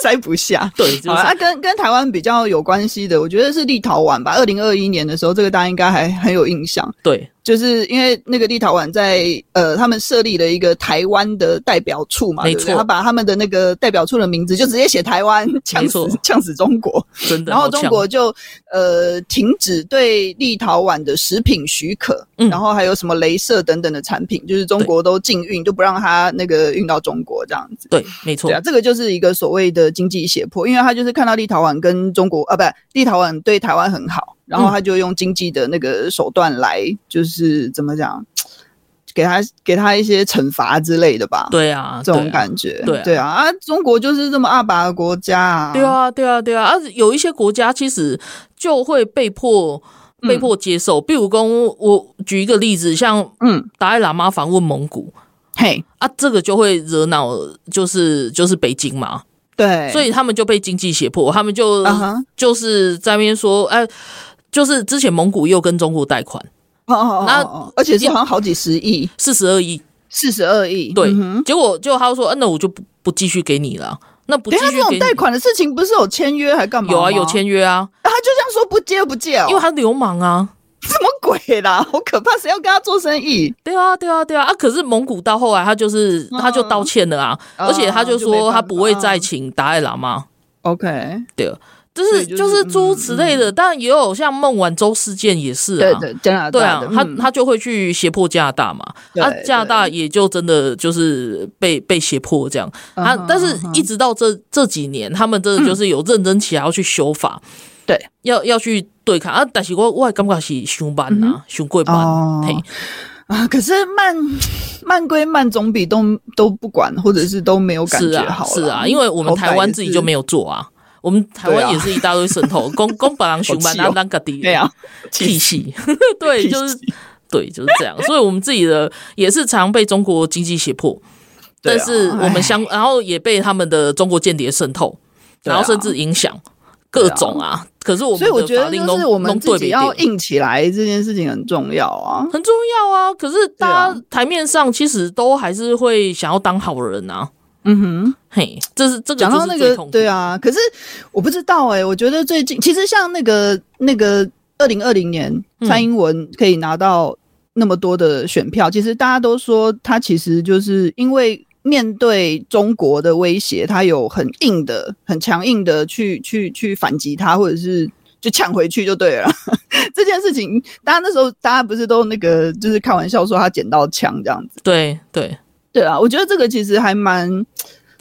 Speaker 2: 塞不下。
Speaker 1: 对，就
Speaker 2: 好
Speaker 1: 是
Speaker 2: 了，啊，跟跟台湾比较有关系的，我觉得是立陶宛吧。二零二一年的时候，这个大家应该还很有印象，
Speaker 1: 对，
Speaker 2: 就是因为那个立陶宛在呃，他们设立了一个台湾的代表处嘛，
Speaker 1: 没
Speaker 2: 对不对
Speaker 1: 错
Speaker 2: 他把他们的那个代表处的名字就直接写台湾，呛
Speaker 1: 没
Speaker 2: 死
Speaker 1: 错
Speaker 2: 呛死中国，
Speaker 1: 真的。
Speaker 2: 然后
Speaker 1: 好
Speaker 2: 中
Speaker 1: 呛
Speaker 2: 国就呃停止对立陶宛的食品许可，
Speaker 1: 嗯
Speaker 2: 然后还有什么镭射等等的产品，就是中
Speaker 1: 对
Speaker 2: 国都禁运，就不让它那个运到中国这样子。
Speaker 1: 对，没错
Speaker 2: 对啊，，这个就是一个所谓的经济胁迫，因为他就是看到立陶宛跟中国啊，不，立陶宛对台湾很好，然
Speaker 1: 嗯
Speaker 2: 后他就用经济的那个手段来，就是怎么讲，给他给他一些惩罚之类的吧，、
Speaker 1: 对啊，
Speaker 2: 这
Speaker 1: 对
Speaker 2: 种
Speaker 1: 啊
Speaker 2: 感觉，
Speaker 1: 对啊
Speaker 2: 对啊，啊，中国就是这么阿爸的国家啊，
Speaker 1: 对，啊，对啊，对啊，啊，有一些国家其实就会被迫
Speaker 2: 嗯
Speaker 1: 被迫接受，比如公，我举一个例子，像
Speaker 2: 嗯，
Speaker 1: 达赖喇嘛访问蒙古
Speaker 2: 嘿，
Speaker 1: 啊，这个就会惹恼，就是就是北京嘛，
Speaker 2: 对，
Speaker 1: 所以他们就被经济胁迫，他们就、
Speaker 2: 哎啊哈，
Speaker 1: 就是在那边说，哎、就是之前蒙古又跟中国贷款
Speaker 2: 哦哦哦
Speaker 1: 呃那
Speaker 2: 哦哦，而且是好像好几十亿，
Speaker 1: 四十二亿，
Speaker 2: 四十二亿，
Speaker 1: 对，
Speaker 2: 嗯哼
Speaker 1: 结果结果他说，啊，那我就不不继续给你了，那不继
Speaker 2: 等一下，
Speaker 1: 续
Speaker 2: 这
Speaker 1: 给
Speaker 2: 种
Speaker 1: 你
Speaker 2: 贷款的事情不是有签约还干嘛吗？
Speaker 1: 有啊，有签约啊，
Speaker 2: 啊，他就这样说不接就不接哦，
Speaker 1: 因为他流氓啊。
Speaker 2: 什么鬼啦？ 好可怕！谁要跟他做生意？
Speaker 1: 对啊，对啊，对啊啊！可是蒙古到后来，他就是、他就道歉了啊，
Speaker 2: 嗯
Speaker 1: 而且他就
Speaker 2: 就没办
Speaker 1: 说
Speaker 2: 法
Speaker 1: 他不会再请达赖喇嘛，
Speaker 2: OK，
Speaker 1: 对，就
Speaker 2: 所以
Speaker 1: 是
Speaker 2: 就是嗯
Speaker 1: 就是诸如此类的。当然也有像孟晚舟事件也是
Speaker 2: 对
Speaker 1: 啊，
Speaker 2: 对，加拿
Speaker 1: 对
Speaker 2: 大
Speaker 1: 啊
Speaker 2: 的，
Speaker 1: 他
Speaker 2: 嗯
Speaker 1: 他就会去胁迫加拿大嘛，
Speaker 2: 对
Speaker 1: 啊，加拿
Speaker 2: 对
Speaker 1: 大也就真的就是被被胁迫这样啊
Speaker 2: 嗯哼。
Speaker 1: 但是一直到这这几年，他们真的就是有认真起来要去修法，
Speaker 2: 嗯对，
Speaker 1: 要要去对抗啊。但是我我也感觉是上班啊，上过班，
Speaker 2: 嗯哦
Speaker 1: 嘿，
Speaker 2: 啊，可是慢慢归慢，总比都都不管，或者是都没有感
Speaker 1: 是
Speaker 2: 觉
Speaker 1: 啊
Speaker 2: 好，啦
Speaker 1: 是啊，因为我们台湾自己就没。有做啊，我们台
Speaker 2: 对
Speaker 1: 湾
Speaker 2: 啊
Speaker 1: 也是一大堆渗透，公公把人熊
Speaker 2: 好
Speaker 1: 班
Speaker 2: 气哦
Speaker 1: 当当个敌，
Speaker 2: 对啊，
Speaker 1: 体系， 对，就是对，就是这样。所以我们自己的也是常被中国经济胁迫，
Speaker 2: 对
Speaker 1: 但
Speaker 2: 啊
Speaker 1: 是我
Speaker 2: 唉
Speaker 1: 们相，然后也被他们的中国间谍渗透，
Speaker 2: 对
Speaker 1: 然后
Speaker 2: 啊
Speaker 1: 甚至影响各种啊。可是我
Speaker 2: 所以
Speaker 1: 们
Speaker 2: 我
Speaker 1: 的
Speaker 2: 觉
Speaker 1: 法
Speaker 2: 得
Speaker 1: 令
Speaker 2: 就
Speaker 1: 都
Speaker 2: 是我们
Speaker 1: 都
Speaker 2: 自
Speaker 1: 对
Speaker 2: 己
Speaker 1: 没
Speaker 2: 要
Speaker 1: 掉。
Speaker 2: 硬起来，这件事情很重要啊。
Speaker 1: 很重要啊，可是大
Speaker 2: 对
Speaker 1: 家台面上其实都还是会想要当好人啊，
Speaker 2: 嗯哼。
Speaker 1: 嘿，这是这个
Speaker 2: 讲
Speaker 1: 就
Speaker 2: 到
Speaker 1: 是
Speaker 2: 那
Speaker 1: 最
Speaker 2: 个
Speaker 1: 痛，苦
Speaker 2: 对，啊，可是我不知道哎、我觉得最近其实像那个那个二零二零年
Speaker 1: 嗯
Speaker 2: 蔡英文可以拿到那么多的选票，其实大家都说他其实就是因为。面对中国的威胁，他有很硬的、很强硬的去去去反击他，或者是就抢回去就对了。 这件事情，大家那时候大家不是都那个就是开玩笑说他捡到枪这样子。
Speaker 1: 对对，
Speaker 2: 对啊，我觉得这个其实还蛮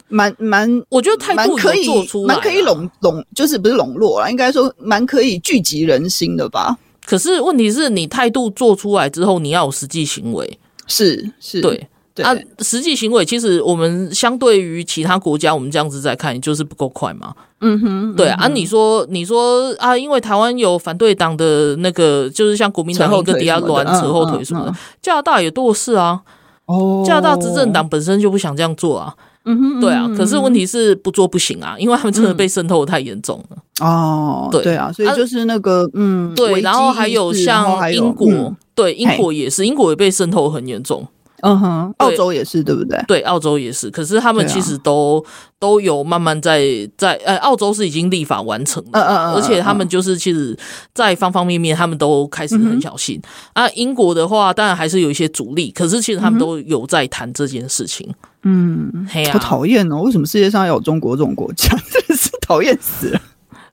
Speaker 2: 蛮蛮，
Speaker 1: 我觉得态
Speaker 2: 蛮
Speaker 1: 度
Speaker 2: 可
Speaker 1: 有
Speaker 2: 以
Speaker 1: 做出来，
Speaker 2: 蛮可以。笼笼，就是不是笼络啦，应该说蛮可以聚集人心的吧？
Speaker 1: 可是问题是你态度做出来之后，你要有实际行为，
Speaker 2: 是是，
Speaker 1: 对。
Speaker 2: 对、
Speaker 1: 啊，实际行为其实我们相对于其他国家，我们这样子在看，就是不够快嘛。
Speaker 2: 嗯哼，
Speaker 1: 对啊，你说你说啊，因为台湾有反对党的那个，就是像国民党
Speaker 2: 扯后
Speaker 1: 一个
Speaker 2: 腿
Speaker 1: 迪亚
Speaker 2: 什么的
Speaker 1: 乱
Speaker 2: 嗯
Speaker 1: 扯后腿什么
Speaker 2: 嗯
Speaker 1: 的
Speaker 2: 嗯，
Speaker 1: 加拿大也多的是啊，
Speaker 2: 哦
Speaker 1: 加拿大执政，党本身就不想这样做啊，
Speaker 2: 嗯哼，
Speaker 1: 对啊
Speaker 2: 嗯，哼
Speaker 1: 可是问题是不做不行啊，因为他们真的被渗透得太严重了。
Speaker 2: 哦，
Speaker 1: 对
Speaker 2: 对啊，所以
Speaker 1: 啊
Speaker 2: 就是那个、嗯，危
Speaker 1: 对，
Speaker 2: 机
Speaker 1: 然后还
Speaker 2: 意
Speaker 1: 有
Speaker 2: 识然后还
Speaker 1: 像
Speaker 2: 有
Speaker 1: 英国
Speaker 2: 嗯，
Speaker 1: 对英
Speaker 2: 嘿
Speaker 1: 国也是，英国也被渗透很严重。
Speaker 2: 嗯哼，
Speaker 1: 对
Speaker 2: 澳洲也是对不对？
Speaker 1: 对，澳洲也是，可是他们
Speaker 2: 对啊
Speaker 1: 其实都、都有慢慢在在呃，澳洲是已经立法完成了，
Speaker 2: 嗯嗯嗯
Speaker 1: 而且他们
Speaker 2: 嗯
Speaker 1: 就是其实，在方方面面他们都开始很小心、啊。英国的话，当然还是有一些阻力，可是其实他们都有在谈这件事情。
Speaker 2: 嗯，
Speaker 1: 嘿呀、
Speaker 2: 好讨厌哦，为什么世界上要有中国这种国家？真的是讨厌死了！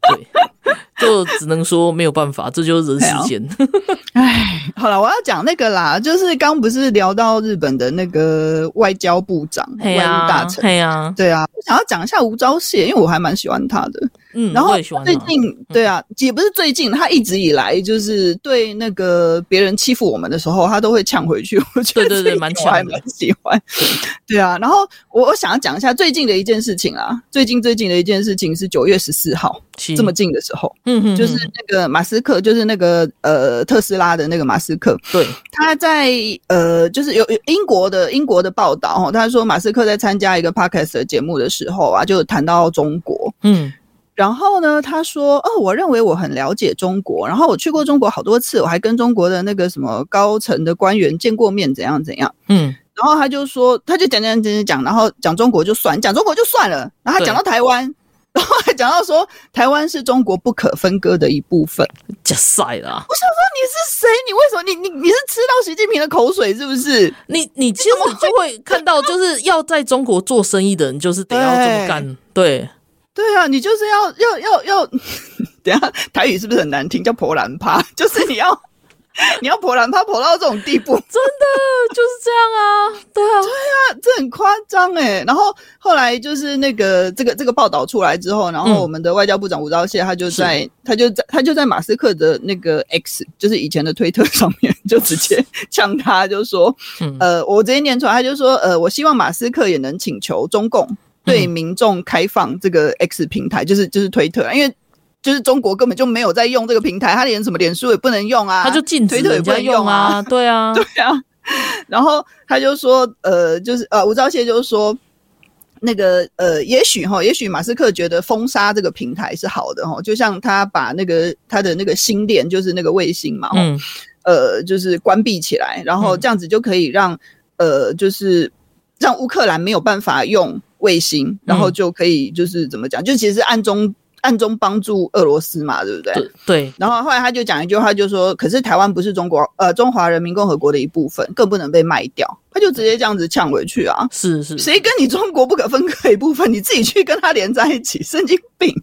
Speaker 1: 对，就只能说没有办法，这就是人世间。
Speaker 2: 好了，我要讲那个啦，就是刚不是聊到日本的那个外交部长、
Speaker 1: 嘿
Speaker 2: 外
Speaker 1: 呀、
Speaker 2: 务大臣。
Speaker 1: 嘿呀、
Speaker 2: 对啊，我想要讲一下吴钊燮，因为我还蛮喜欢他的。
Speaker 1: 嗯，
Speaker 2: 然后
Speaker 1: 我也喜欢嗯
Speaker 2: 最
Speaker 1: 他
Speaker 2: 近，对啊，也不是最近，他一直以来就是对那个别人欺负我们的时候，他都会呛回去。我觉
Speaker 1: 对对对
Speaker 2: 得这一点
Speaker 1: 蛮呛
Speaker 2: 我还
Speaker 1: 的
Speaker 2: 蛮喜欢。 对啊，然后我我想要讲一下最近的一件事情啦，最近最近的一件事情是九月十四号
Speaker 1: 是
Speaker 2: 这么近的时候，
Speaker 1: 嗯哼，
Speaker 2: 就是那个马斯克，就是那个呃特斯拉的那个马斯克，
Speaker 1: 对，
Speaker 2: 他在呃，就是有有英国的英国的报道哦，他说马斯克在参加一个 podcast 的节目的时候啊，就有谈到中国。
Speaker 1: 嗯
Speaker 2: 然后呢，他说：“哦，我认为我很了解中国，然后我去过中国好多次，我还跟中国的那个什么高层的官员见过面，怎样怎样。
Speaker 1: 嗯”
Speaker 2: 然后他就说，他就讲讲讲讲讲，然后讲中国就算讲中国就算了，然后他
Speaker 1: 对
Speaker 2: 讲到台湾，然后还讲到说台湾是中国不可分割的一部分。
Speaker 1: 假赛啦，
Speaker 2: 我想说你是谁？你为什么你你你是吃到习近平的口水是不是？
Speaker 1: 你你其实你就会看到，就是要在中国做生意的人，就是得要这么干。对，
Speaker 2: 对啊，你就是要要要要， 等一下台语是不是很难听？叫婆兰趴，就是你要 你要婆兰趴婆到这种地步，
Speaker 1: 真的就是这样啊，对啊，
Speaker 2: 这很夸张哎。然后后来就是那个这个这个报道出来之后，然
Speaker 1: 嗯
Speaker 2: 后我们的外交部长吴钊燮他就在他就在他就在马斯克的那个 X，就是以前的推特上面， 就直接呛他，就说
Speaker 1: 嗯，
Speaker 2: 呃，我直接念出来，他就说，呃，我希望马斯克也能请求中共
Speaker 1: 嗯
Speaker 2: 对民众开放这个 X 平台，就是就是推特啊，因为。就是中国根本就没有在用这个平台，他连什么脸书也不能用啊，
Speaker 1: 他就禁止
Speaker 2: 推特也
Speaker 1: 人
Speaker 2: 不
Speaker 1: 家
Speaker 2: 能
Speaker 1: 用
Speaker 2: 啊，
Speaker 1: 啊，对啊，
Speaker 2: 对啊，然后他就说，呃，就是呃，吴钊燮就说，那个呃，也许哈，也许马斯克觉得封杀这个平台是好的哈，就像他把那个他的那个星链，就是那个卫星嘛，齁
Speaker 1: 嗯，
Speaker 2: 呃，就是关闭起来，然后
Speaker 1: 嗯
Speaker 2: 这样子就可以让、呃，就是让乌克兰没有办法用卫星，然后
Speaker 1: 嗯
Speaker 2: 就可以就是怎么讲，就其实暗中暗中帮助俄罗斯嘛，对不对？
Speaker 1: 对对，
Speaker 2: 然后后来他就讲一句话，就说：“可是台湾不是中国呃中华人民共和国的一部分，更不能被卖掉。”他就直接这样子呛回去啊！
Speaker 1: 是是，
Speaker 2: 谁跟你中国不可分割一部分？你自己去跟他连在一 起，神经病！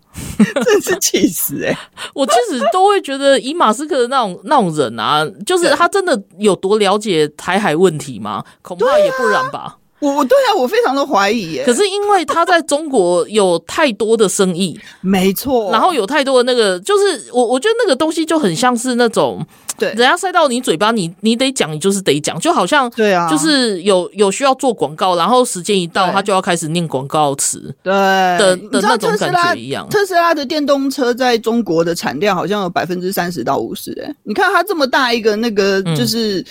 Speaker 2: 真是气死哎、
Speaker 1: 我其实都会觉得，以马斯克的那种那种人啊，就是他真的有多了解台海问题吗？恐怕也不然吧。
Speaker 2: 我我对啊，我非常的怀疑欸耶、
Speaker 1: 可是因为他在中国有太多的生意，
Speaker 2: 没错，
Speaker 1: 然后有太多的那个，就是我我觉得那个东西就很像是那种。
Speaker 2: 对
Speaker 1: 人家塞到你嘴巴，你你得讲，你就是得讲，就好像
Speaker 2: 对啊
Speaker 1: 就是有有需要做广告，然后时间一到，
Speaker 2: 对
Speaker 1: 他就要开始念广告词。
Speaker 2: 对
Speaker 1: 的
Speaker 2: 的
Speaker 1: 的那种感觉一样
Speaker 2: 特斯拉的电动车在中国的产量好像有百分之三十到五十，哎，你看它这么大一个那个
Speaker 1: 嗯
Speaker 2: 就是。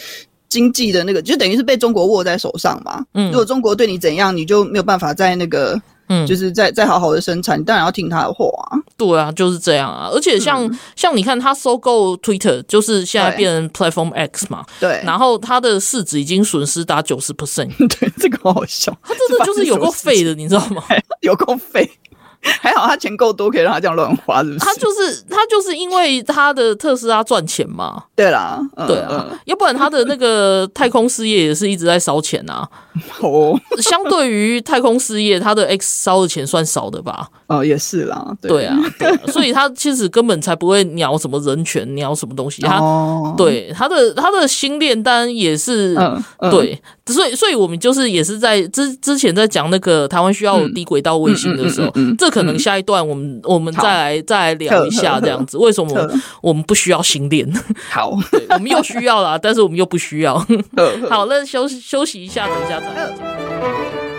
Speaker 2: 经济的那个就等于是被中国握在手上嘛。
Speaker 1: 嗯
Speaker 2: 如果中国对你怎样，你就没有办法在那个，
Speaker 1: 嗯
Speaker 2: 就是再再好好的生产，你当然要听他的话啊。
Speaker 1: 对啊，就是这样啊。而且像、
Speaker 2: 嗯
Speaker 1: 像你看，他收购 Twitter，就是现在
Speaker 2: 对
Speaker 1: 变成 Platform X 嘛，
Speaker 2: 对，
Speaker 1: 然后它的市值已经损失达九十 percent，
Speaker 2: 对这个好笑，
Speaker 1: 他真的就是有够废
Speaker 2: 的，
Speaker 1: 的，你知道吗？
Speaker 2: 有够废。还好他钱够多，可以让他这样乱花，是不是？
Speaker 1: 他就是他就是因为他的特斯拉赚钱嘛，
Speaker 2: 对啦，嗯
Speaker 1: 对啊，要不然他的那个太空事业也是一直在烧钱 啊。
Speaker 2: 嗯哦，
Speaker 1: 相对于太空事业，他的 X 烧的钱算少的吧？
Speaker 2: 哦，也是啦，对
Speaker 1: 对啊，对啊所以他其实根本才不会鸟什么人权，鸟什么东西。他、
Speaker 2: 哦，
Speaker 1: 对他的他的新炼丹也是、
Speaker 2: 嗯，嗯，
Speaker 1: 对，所以所以我们就是也是在之之前在讲那个台湾需要有低轨道卫星的时候，
Speaker 2: 嗯嗯嗯嗯嗯嗯
Speaker 1: 这可能下一段我们我们再来再来聊一下
Speaker 2: 呵呵
Speaker 1: 这样子，为什么我们
Speaker 2: 呵
Speaker 1: 我们不需要新炼？
Speaker 2: 好，
Speaker 1: 对 我们又需要啦，但是我们又不需要。
Speaker 2: 呵 呵
Speaker 1: 好，那休息休息一下，等一下再来。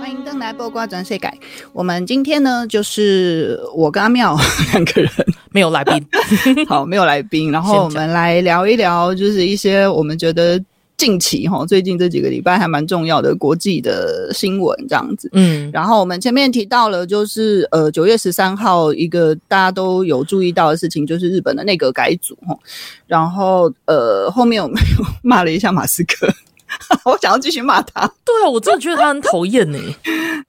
Speaker 2: 欢迎登来播瓜转税改。我们今天呢，就是我跟阿妙 两个人，
Speaker 1: 没有来宾，
Speaker 2: 好，没有来宾，然
Speaker 1: 先
Speaker 2: 后
Speaker 1: 讲
Speaker 2: 我们来聊一聊，就是一些我们觉得近期哈，最近这几个礼拜还蛮重要的国际的新闻这样子。
Speaker 1: 嗯，
Speaker 2: 然后我们前面提到了，就是呃九月十三号一个大家都有注意到的事情，就是日本的内阁改组哈。然后呃后面我们又骂了一下马斯克， 我想要继续骂他，
Speaker 1: 对啊，我真的觉得他很讨厌呢。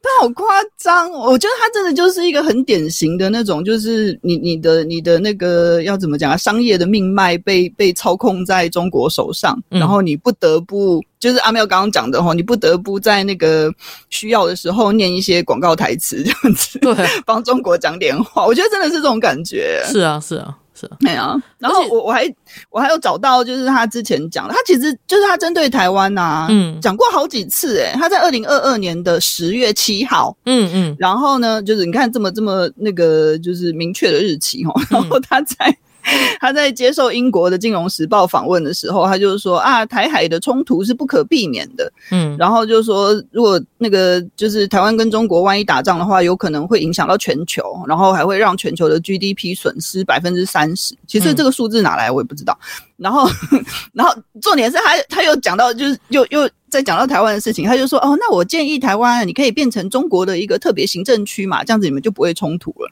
Speaker 2: 他好夸张哦，我觉得他真的就是一个很典型的那种，就是你你的你的那个要怎么讲啊，商业的命脉被被操控在中国手上，
Speaker 1: 嗯
Speaker 2: 然后你不得不就是阿妙刚刚讲的哦，你不得不在那个需要的时候念一些广告台词这样子。
Speaker 1: 对，
Speaker 2: 帮中国讲点话，我觉得真的是这种感 觉。
Speaker 1: 是啊，是啊，是啊，
Speaker 2: 对啊，然后
Speaker 1: 而且
Speaker 2: 我我还我还有找到，就是他之前讲的，他其实就是他针对台湾呐、
Speaker 1: 嗯
Speaker 2: 讲过好几次、诶他在二零二二年的十月七号，
Speaker 1: 嗯嗯，
Speaker 2: 然后呢，就是你看这么这么那个就是明确的日期哦，然后他在、 他在接受英国的《金融时报》访问的时候，他就是说啊，台海的冲突是不可避免的，
Speaker 1: 嗯，
Speaker 2: 然后就说，如果那个就是台湾跟中国万一打仗的话，有可能会影响到全球，然后还会让全球的 GDP 损失百分之三十。其实
Speaker 1: 嗯
Speaker 2: 这个数字哪来我也不知道。然后，然后重点是他他又讲到，就是又又在讲到台湾的事情，他就说哦，那我建议台湾你可以变成中国的一个特别行政区嘛，这样子你们就不会冲突了。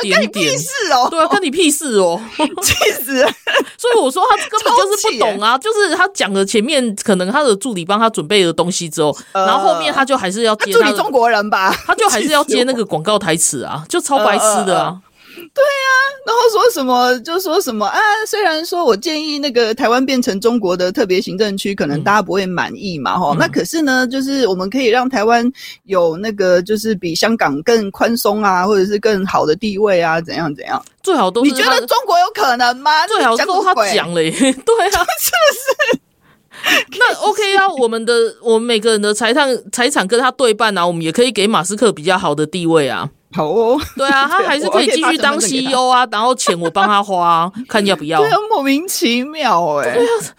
Speaker 1: 点
Speaker 2: 干你
Speaker 1: 点
Speaker 2: 屁
Speaker 1: 点，
Speaker 2: 事哦！
Speaker 1: 对啊，跟你屁事哦。
Speaker 2: 气死了！
Speaker 1: 所以我说他根本就是不懂啊，就是他讲了前面可能他的助理帮他准备的东西之后，
Speaker 2: 呃
Speaker 1: 然后后面他就还是要
Speaker 2: 他
Speaker 1: 接
Speaker 2: 助
Speaker 1: 他
Speaker 2: 理
Speaker 1: 的
Speaker 2: 中。国人吧？
Speaker 1: 他就还是要
Speaker 2: 气死
Speaker 1: 接
Speaker 2: 我
Speaker 1: 那个广告台词啊，就超白痴的啊！
Speaker 2: 然后说什么就说什么啊，虽然说我建议那个台湾变成中国的特别行政区，可能大家不会满意嘛，哈、
Speaker 1: 嗯
Speaker 2: 那可是呢，就是我们可以让台湾有那个就是比香港更宽松啊，或者是更好的地位啊，怎样怎样？
Speaker 1: 最好都
Speaker 2: 你
Speaker 1: 是
Speaker 2: 觉
Speaker 1: 他
Speaker 2: 得中国有可能 吗？
Speaker 1: 最好是
Speaker 2: 那你讲什
Speaker 1: 都
Speaker 2: 么
Speaker 1: 他
Speaker 2: 鬼
Speaker 1: 讲了耶， 对啊，是不是？那 OK 啊，我们的我们每个人的财产财产跟他对半啊，我们也可以给马斯克比较好的地位啊，
Speaker 2: 好哦，
Speaker 1: 对 啊，他还是可以继续当
Speaker 2: 我可以把成分给他
Speaker 1: CEO 啊，然后钱我帮他花 啊、看要不要
Speaker 2: 对。啊，莫名其妙哎、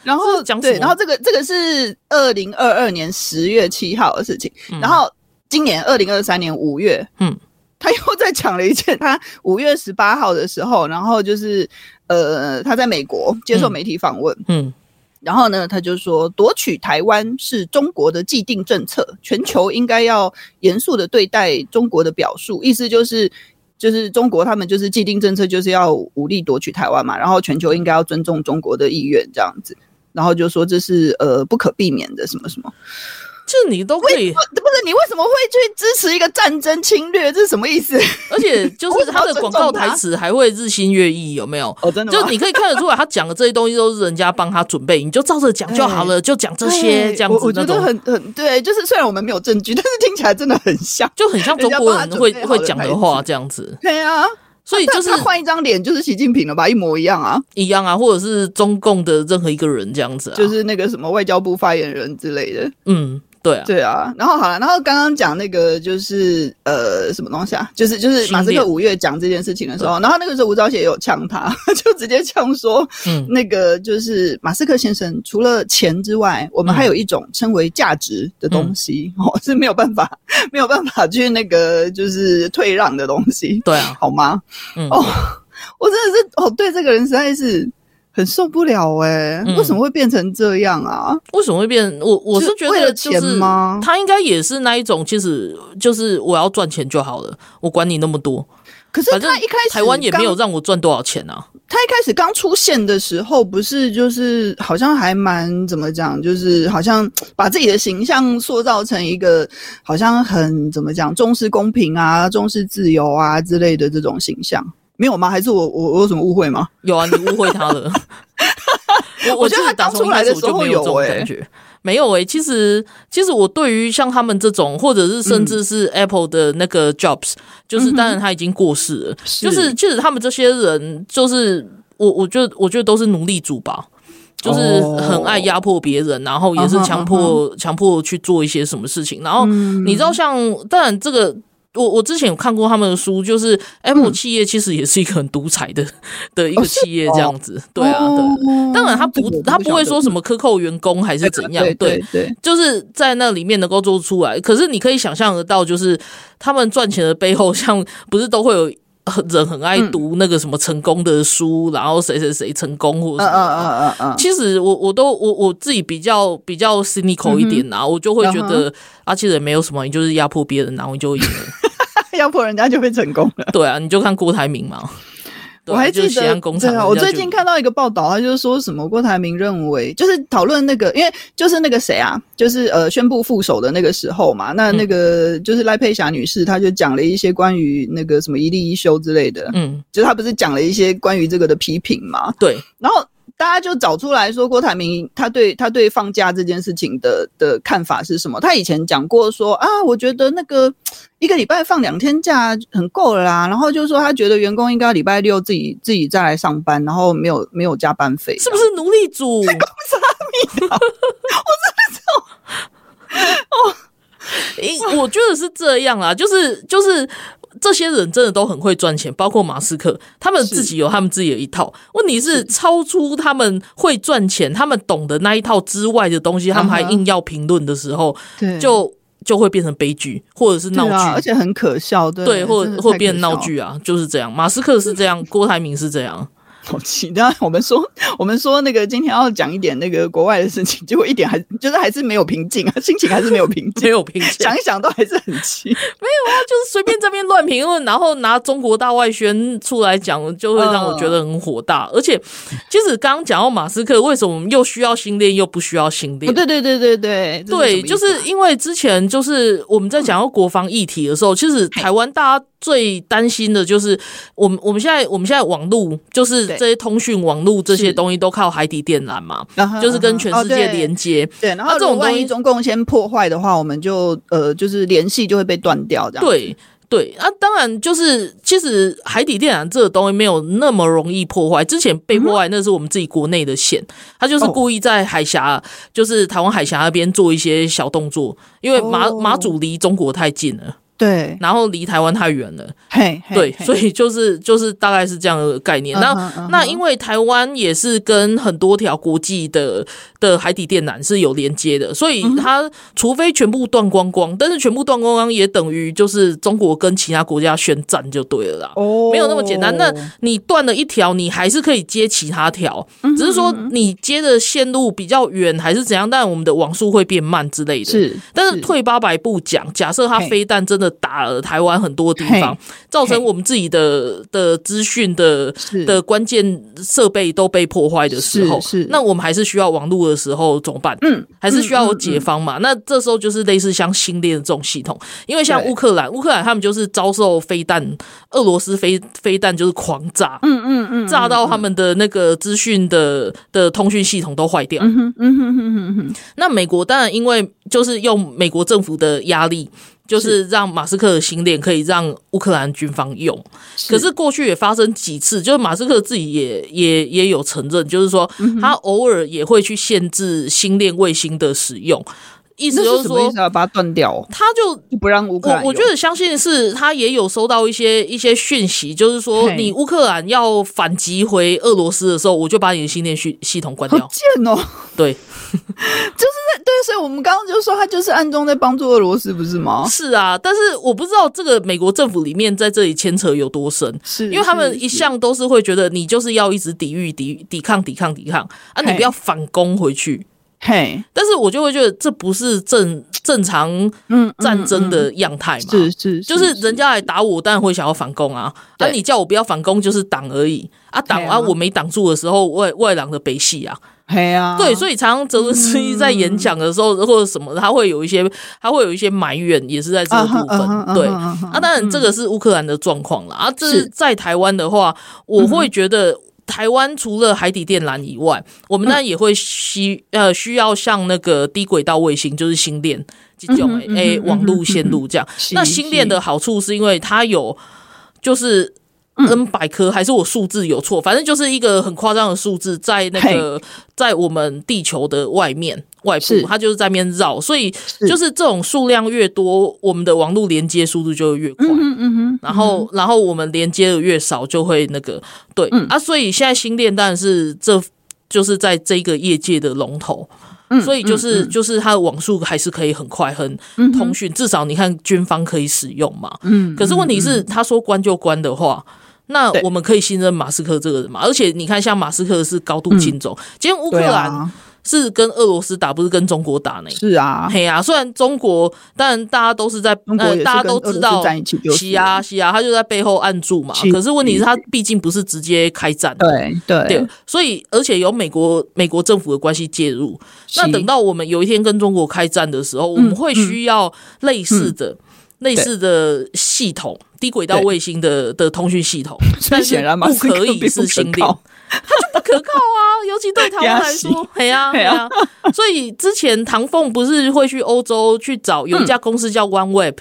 Speaker 2: 然
Speaker 1: 这
Speaker 2: 后
Speaker 1: 是讲什
Speaker 2: 对，
Speaker 1: 么
Speaker 2: 然后这个这个是二零二二年十月七号的事情，
Speaker 1: 嗯
Speaker 2: 然后今年二零二三年五月，
Speaker 1: 嗯，
Speaker 2: 他又在讲了一件，他五月十八号的时候，然后就是呃，他在美国接受
Speaker 1: 嗯
Speaker 2: 媒体访问，
Speaker 1: 嗯
Speaker 2: 然后呢，他就说夺取台湾是中国的既定政策，全球应该要严肃的对待中国的表述，意思就是。就是中国，他们就是既定政策，就是要武力夺取台湾嘛，然后全球应该要尊重中国的意愿这样子，然后就说这是呃不可避免的什么什么，
Speaker 1: 就你都可以
Speaker 2: 不，不是你为什么会去支持一个战争侵略？这是什么意思？
Speaker 1: 而且就是他的广告台词还会日新月异，有没有？
Speaker 2: 哦，真的吗，
Speaker 1: 就你可以看得出来，他讲的这些东西都是人家帮他准备，你就照着讲就好了，就讲这些
Speaker 2: 对
Speaker 1: 这样
Speaker 2: 我
Speaker 1: 子
Speaker 2: 我
Speaker 1: 那
Speaker 2: 觉得
Speaker 1: 种，
Speaker 2: 很很对，就是虽然我们没有证据，但是听起来真的很像。
Speaker 1: 就很像中国人会
Speaker 2: 人家帮他准备好
Speaker 1: 会
Speaker 2: 的
Speaker 1: 讲
Speaker 2: 台
Speaker 1: 的
Speaker 2: 词
Speaker 1: 话这样子。
Speaker 2: 对啊，
Speaker 1: 所以
Speaker 2: 他
Speaker 1: 就是
Speaker 2: 他换一张脸就是习近平了吧，一模一样啊，
Speaker 1: 一样啊，或者是中共的任何一个人这样子啊，
Speaker 2: 就是那个什么外交部发言人之类的。
Speaker 1: 嗯，对啊，
Speaker 2: 对啊，然后好了，然后刚刚讲那个就是呃什么东西啊，就是就是
Speaker 1: 训
Speaker 2: 马斯克
Speaker 1: 练
Speaker 2: 五月讲这件事情的时候，然后那个时候吴钊燮也有呛他， 就直接呛说，
Speaker 1: 嗯
Speaker 2: 那个就是马斯克先生，除了钱之外，我们还有
Speaker 1: 嗯
Speaker 2: 一种称为价值的东西，哦是没有办法没有办法去那个就是退让的东西，
Speaker 1: 对啊，
Speaker 2: 好吗？
Speaker 1: 嗯
Speaker 2: 哦，我真的是哦，对这个人实在是。很受不了哎、
Speaker 1: 嗯
Speaker 2: 为什么会变成这样啊？
Speaker 1: 为什么会变？我我是觉
Speaker 2: 为
Speaker 1: 得
Speaker 2: 了
Speaker 1: 就是
Speaker 2: 钱吗
Speaker 1: 他应该也是那一种，其实就是我要赚钱就好了，我管你那么多，
Speaker 2: 可是
Speaker 1: 反正
Speaker 2: 他一开始
Speaker 1: 台湾也没有
Speaker 2: 刚
Speaker 1: 让我赚多少钱啊，
Speaker 2: 他一开始刚出现的时候，不是就是好像还蛮怎么讲，就是好像把自己的形象塑造成一个好像很怎么讲重视公平啊、重视自由啊之类的这种形象，没有吗？还是我我我有什么误会吗？
Speaker 1: 有啊，你误会他 了。我
Speaker 2: 我觉
Speaker 1: 就
Speaker 2: 得
Speaker 1: 是
Speaker 2: 他
Speaker 1: 打
Speaker 2: 刚
Speaker 1: 从
Speaker 2: 出
Speaker 1: 一
Speaker 2: 来
Speaker 1: 开
Speaker 2: 的
Speaker 1: 始我
Speaker 2: 时
Speaker 1: 就
Speaker 2: 候
Speaker 1: 没有这种
Speaker 2: 有欸
Speaker 1: 感觉。没有诶、其实其实我对于像他们这种，或者是
Speaker 2: 嗯
Speaker 1: 甚至是 Apple 的那个 Jobs，、就是当然他已经过世了，
Speaker 2: 是
Speaker 1: 就是其实他们这些人，就是我我觉得我觉得都是奴隶主吧，就是
Speaker 2: 哦
Speaker 1: 很爱压迫别人，然后也是
Speaker 2: 啊哈
Speaker 1: 强迫强、迫去做一些什么事情。然后
Speaker 2: 嗯
Speaker 1: 你知道像，当然这个我我之前有看过他们的书，就是
Speaker 2: 嗯
Speaker 1: Apple 企业其实也是一个很独裁的的一个企业这样子，对啊，对啊。
Speaker 2: 哦
Speaker 1: 当然，他
Speaker 2: 这个我
Speaker 1: 不，
Speaker 2: 不
Speaker 1: 他不会说什
Speaker 2: 么
Speaker 1: 么克扣员工还是怎样，
Speaker 2: 对对对，
Speaker 1: 就是在那里面能够做出来。可是你可以想象得到，就是他们赚钱的背后，像不是都会有人很
Speaker 2: 嗯
Speaker 1: 爱读那个什么成功的书，然后谁谁谁成功或者
Speaker 2: 嗯
Speaker 1: 什么的。
Speaker 2: 嗯嗯 嗯嗯，
Speaker 1: 其实我我都我我自己比较比较 cynical
Speaker 2: 嗯
Speaker 1: 一点啊，我就会觉得啊，其实也没有什么，你就是压迫别人，然后你就赢了。
Speaker 2: 要不然人家就会成功了。
Speaker 1: 对啊，你就看郭台铭 嘛。对
Speaker 2: 我
Speaker 1: 啊
Speaker 2: 还记
Speaker 1: 就是西
Speaker 2: 得
Speaker 1: 安工厂
Speaker 2: 对
Speaker 1: 人
Speaker 2: 啊，
Speaker 1: 家就，
Speaker 2: 我最近看到一个报道，他就是说什么郭台铭认为，就是讨论那个，因为就是那个谁啊，就是呃宣布副手的那个时候嘛，那
Speaker 1: 嗯
Speaker 2: 那个就是赖佩霞女士，她就讲了一些关于那个什么一例一休之类的，
Speaker 1: 嗯，
Speaker 2: 就是她不是讲了一些关于这个的批评嘛，
Speaker 1: 对，
Speaker 2: 然后大家就找出来说郭台铭他对他对放假这件事情的的看法是什么？他以前讲过说啊，我觉得那个一个礼拜放两天假很够了啦，然后就说他觉得员工应该礼拜六自己自己再来上班，然后没有没有加班费，
Speaker 1: 是不是奴隶主？
Speaker 2: 啊 哦
Speaker 1: 诶我觉得是这样啦，就是就是这些人真的都很会赚钱，包括马斯克，他们自己有他们自己的一套。问题是超出他们会赚钱、他们懂得那一套之外的东西，他们还
Speaker 2: 嗯哼
Speaker 1: 硬要评论的时候，
Speaker 2: 对
Speaker 1: 就就会变成悲剧或者是闹
Speaker 2: 对啊，而
Speaker 1: 剧，
Speaker 2: 且很可笑，对
Speaker 1: 对，或
Speaker 2: 真的太
Speaker 1: 或
Speaker 2: 可
Speaker 1: 变闹
Speaker 2: 笑
Speaker 1: 剧啊，就是这样。马斯克是这样，郭台铭是这样，
Speaker 2: 好气！当然，我们说我们说那个今天要讲一点那个国外的事情，结果一点还就是还是没有平静啊，心情还是没有平
Speaker 1: 没
Speaker 2: 静，
Speaker 1: 有评 价
Speaker 2: 想一想都还是很气。
Speaker 1: 就是随便这边乱评论，然后拿中国大外宣出来讲，就会让我觉得很火大。而且，其实刚刚讲到马斯克，为什么又需要新恋又不需要新恋？
Speaker 2: 哦对对对对对，这
Speaker 1: 对，
Speaker 2: 什么意
Speaker 1: 就
Speaker 2: 思啊
Speaker 1: 是因为之前就是我们在讲到国防议题的时候，其实台湾大家最担心的就是我们我们现在我们现在网络就是
Speaker 2: 对
Speaker 1: 这些通讯网络这些
Speaker 2: 是
Speaker 1: 东西都靠海底电缆嘛，
Speaker 2: 啊哈
Speaker 1: 就是跟
Speaker 2: 啊哈
Speaker 1: 全
Speaker 2: 哦
Speaker 1: 世界
Speaker 2: 对
Speaker 1: 连接。
Speaker 2: 对，然
Speaker 1: 啊这
Speaker 2: 后这
Speaker 1: 种
Speaker 2: 种万
Speaker 1: 东西
Speaker 2: 一中共先破坏的话，我们就呃就是联系就会被断掉，这样
Speaker 1: 对对，啊，当然就是，其实海底电缆这个东西没有那么容易破坏。之前被破坏那是我们自己国内的线，他就是
Speaker 2: 嗯哦
Speaker 1: 故意在海峡，就是台湾海峡那边做一些小动作，因为马、
Speaker 2: 哦
Speaker 1: 马祖离中国太近了，
Speaker 2: 对，
Speaker 1: 然后离台湾太远了，
Speaker 2: 嘿，嘿
Speaker 1: 对，
Speaker 2: 嘿
Speaker 1: 所以就是就是大概是这样的概念。
Speaker 2: 嗯
Speaker 1: 那、
Speaker 2: 哼嗯哼
Speaker 1: 那因为台湾也是跟很多条国际的的海底电缆是有连接的，所以
Speaker 2: 嗯
Speaker 1: 它除非全部断光光，但是全部断光光也等于就是中国跟其他国家宣战就对了啦。
Speaker 2: 哦
Speaker 1: 没有那么简单。那你断了一条，你还是可以接其他条，
Speaker 2: 嗯
Speaker 1: 只是说你接的线路比较远还是怎样，但我们的网速会变慢之类的。
Speaker 2: 是，
Speaker 1: 但是
Speaker 2: 是
Speaker 1: 退八百步讲，假设它
Speaker 2: 嘿
Speaker 1: 飞弹真的打了台湾很多地方
Speaker 2: 嘿，
Speaker 1: 造成我们自己的的资讯的
Speaker 2: 是
Speaker 1: 的关键设备都被破坏的时候，
Speaker 2: 是是
Speaker 1: 那我们还是需要网络的时候怎么办？
Speaker 2: 嗯，
Speaker 1: 还是需要有解方嘛？那这时候就是类似像新链这种系统，因为像
Speaker 2: 对
Speaker 1: 乌克兰，乌克兰他们就是遭受飞弹，俄罗斯飞飞弹就是狂炸，
Speaker 2: 嗯嗯嗯，
Speaker 1: 炸到他们的那个资讯的的通讯系统都坏掉。
Speaker 2: 嗯哼嗯哼哼哼哼，
Speaker 1: 那美国当然因为就是用美国政府的压力，就是让马斯克的星链可以让乌克兰军方用。可是过去也发生几次，就是马斯克自己也也也有承认，就是说
Speaker 2: 嗯
Speaker 1: 他偶尔也会去限制星链卫星的使用，意思
Speaker 2: 这
Speaker 1: 就是是
Speaker 2: 什么
Speaker 1: 说
Speaker 2: 意思啊？把它断掉哦，
Speaker 1: 他就
Speaker 2: 就不让乌克兰
Speaker 1: 我
Speaker 2: 有。
Speaker 1: 我觉得相信是他也有收到一些一些讯息，就是说
Speaker 2: 嘿
Speaker 1: 你乌克兰要反击回俄罗斯的时候，我就把你的星链系系统关
Speaker 2: 好
Speaker 1: 掉。
Speaker 2: 贱哦！
Speaker 1: 对，
Speaker 2: 对，所以我们刚刚就说他就是暗中在帮助俄罗斯，不是吗？
Speaker 1: 是啊，但是我不知道这个美国政府里面在这里牵扯有多深。
Speaker 2: 是，
Speaker 1: 因为他们一
Speaker 2: 是
Speaker 1: 向都是会觉得你就是要一直抵御、抵抵抗、抵抗、抵抗啊，你
Speaker 2: 嘿
Speaker 1: 不要反攻回去。
Speaker 2: 嘿，
Speaker 1: 但是我就会觉得这不是正正常
Speaker 2: 嗯，
Speaker 1: 战争的样态嘛，
Speaker 2: 是是，
Speaker 1: 啊就是人家来打我，当然会想要反攻啊。啊，
Speaker 2: 对
Speaker 1: 你叫我不要反攻，就是挡而已啊，挡
Speaker 2: 对啊
Speaker 1: 啊，我没挡住的时候，外外狼的北戏啊，
Speaker 2: 嘿啊，嗯
Speaker 1: 对，所以常常泽伦斯基在演讲的时候或者什么，他会有一些他会有一些埋怨，也是在这个
Speaker 2: 啊
Speaker 1: 部
Speaker 2: 哈啊哈啊哈
Speaker 1: 分。对
Speaker 2: 啊哈
Speaker 1: 啊，当然这个是乌克兰的状况啦。啊，这
Speaker 2: 是
Speaker 1: 是嗯在台湾的话，我会觉得。台湾除了海底电缆以外，我们当然也会需呃需要像那个低轨道卫星，就是星链这种诶、诶网路线路这样。那星链的好处嗯是因为它有就是。N 百颗还是我数字有错，反正就是一个很夸张的数字，在那个在我们地球的外面外部
Speaker 2: 是，
Speaker 1: 它就是在那边绕，所以就是这种数量越多，我们的网络连接速度就会越快。
Speaker 2: 嗯嗯哼，
Speaker 1: 然后，然后我们连接的越少，就会那个对、
Speaker 2: 嗯
Speaker 1: 啊，所以现在新链当然是这就是在这个业界的龙头，
Speaker 2: 嗯
Speaker 1: 所以就是、就是它的网速还是可以很快很通讯，至少你看军方可以使用嘛。
Speaker 2: 嗯，
Speaker 1: 可是问题是，他说关就关的话。那
Speaker 2: 对
Speaker 1: 我们可以信任马斯克这个人嘛？而且你看，像马斯克是高度亲中，今天乌克
Speaker 2: 嗯对
Speaker 1: 兰
Speaker 2: 啊，
Speaker 1: 是跟俄罗斯打，不是跟中国打呢？
Speaker 2: 是啊，
Speaker 1: 嘿呀、虽然中国，但大家都是在
Speaker 2: 中国也
Speaker 1: 呃，
Speaker 2: 是
Speaker 1: 大家都
Speaker 2: 跟俄罗斯
Speaker 1: 知道
Speaker 2: 站一起就是
Speaker 1: 西啊西啊，他就在背后按住嘛
Speaker 2: 是。
Speaker 1: 可是问题是，他毕竟不是直接开战，
Speaker 2: 对
Speaker 1: 对
Speaker 2: 对，，
Speaker 1: 所以而且有美国美国政府的关系介入。那
Speaker 2: 是嗯
Speaker 1: 等到我们有一天跟中国开战的时候，我们会需要类似的、类似的系统，低轨道
Speaker 2: 对
Speaker 1: 卫星的的通讯系统，
Speaker 2: 所以
Speaker 1: 但
Speaker 2: 显
Speaker 1: 是
Speaker 2: 然马
Speaker 1: 不
Speaker 2: 斯克
Speaker 1: 可
Speaker 2: 并
Speaker 1: 以
Speaker 2: 不
Speaker 1: 是
Speaker 2: 可
Speaker 1: 星链
Speaker 2: 靠。
Speaker 1: 不可靠啊，尤其对台湾来
Speaker 2: 压
Speaker 1: 说，嘿呀
Speaker 2: 嘿
Speaker 1: 嘿
Speaker 2: 啊
Speaker 1: 呀，所以之前唐凤不是会去欧洲去找有一家公司叫 OneWeb，、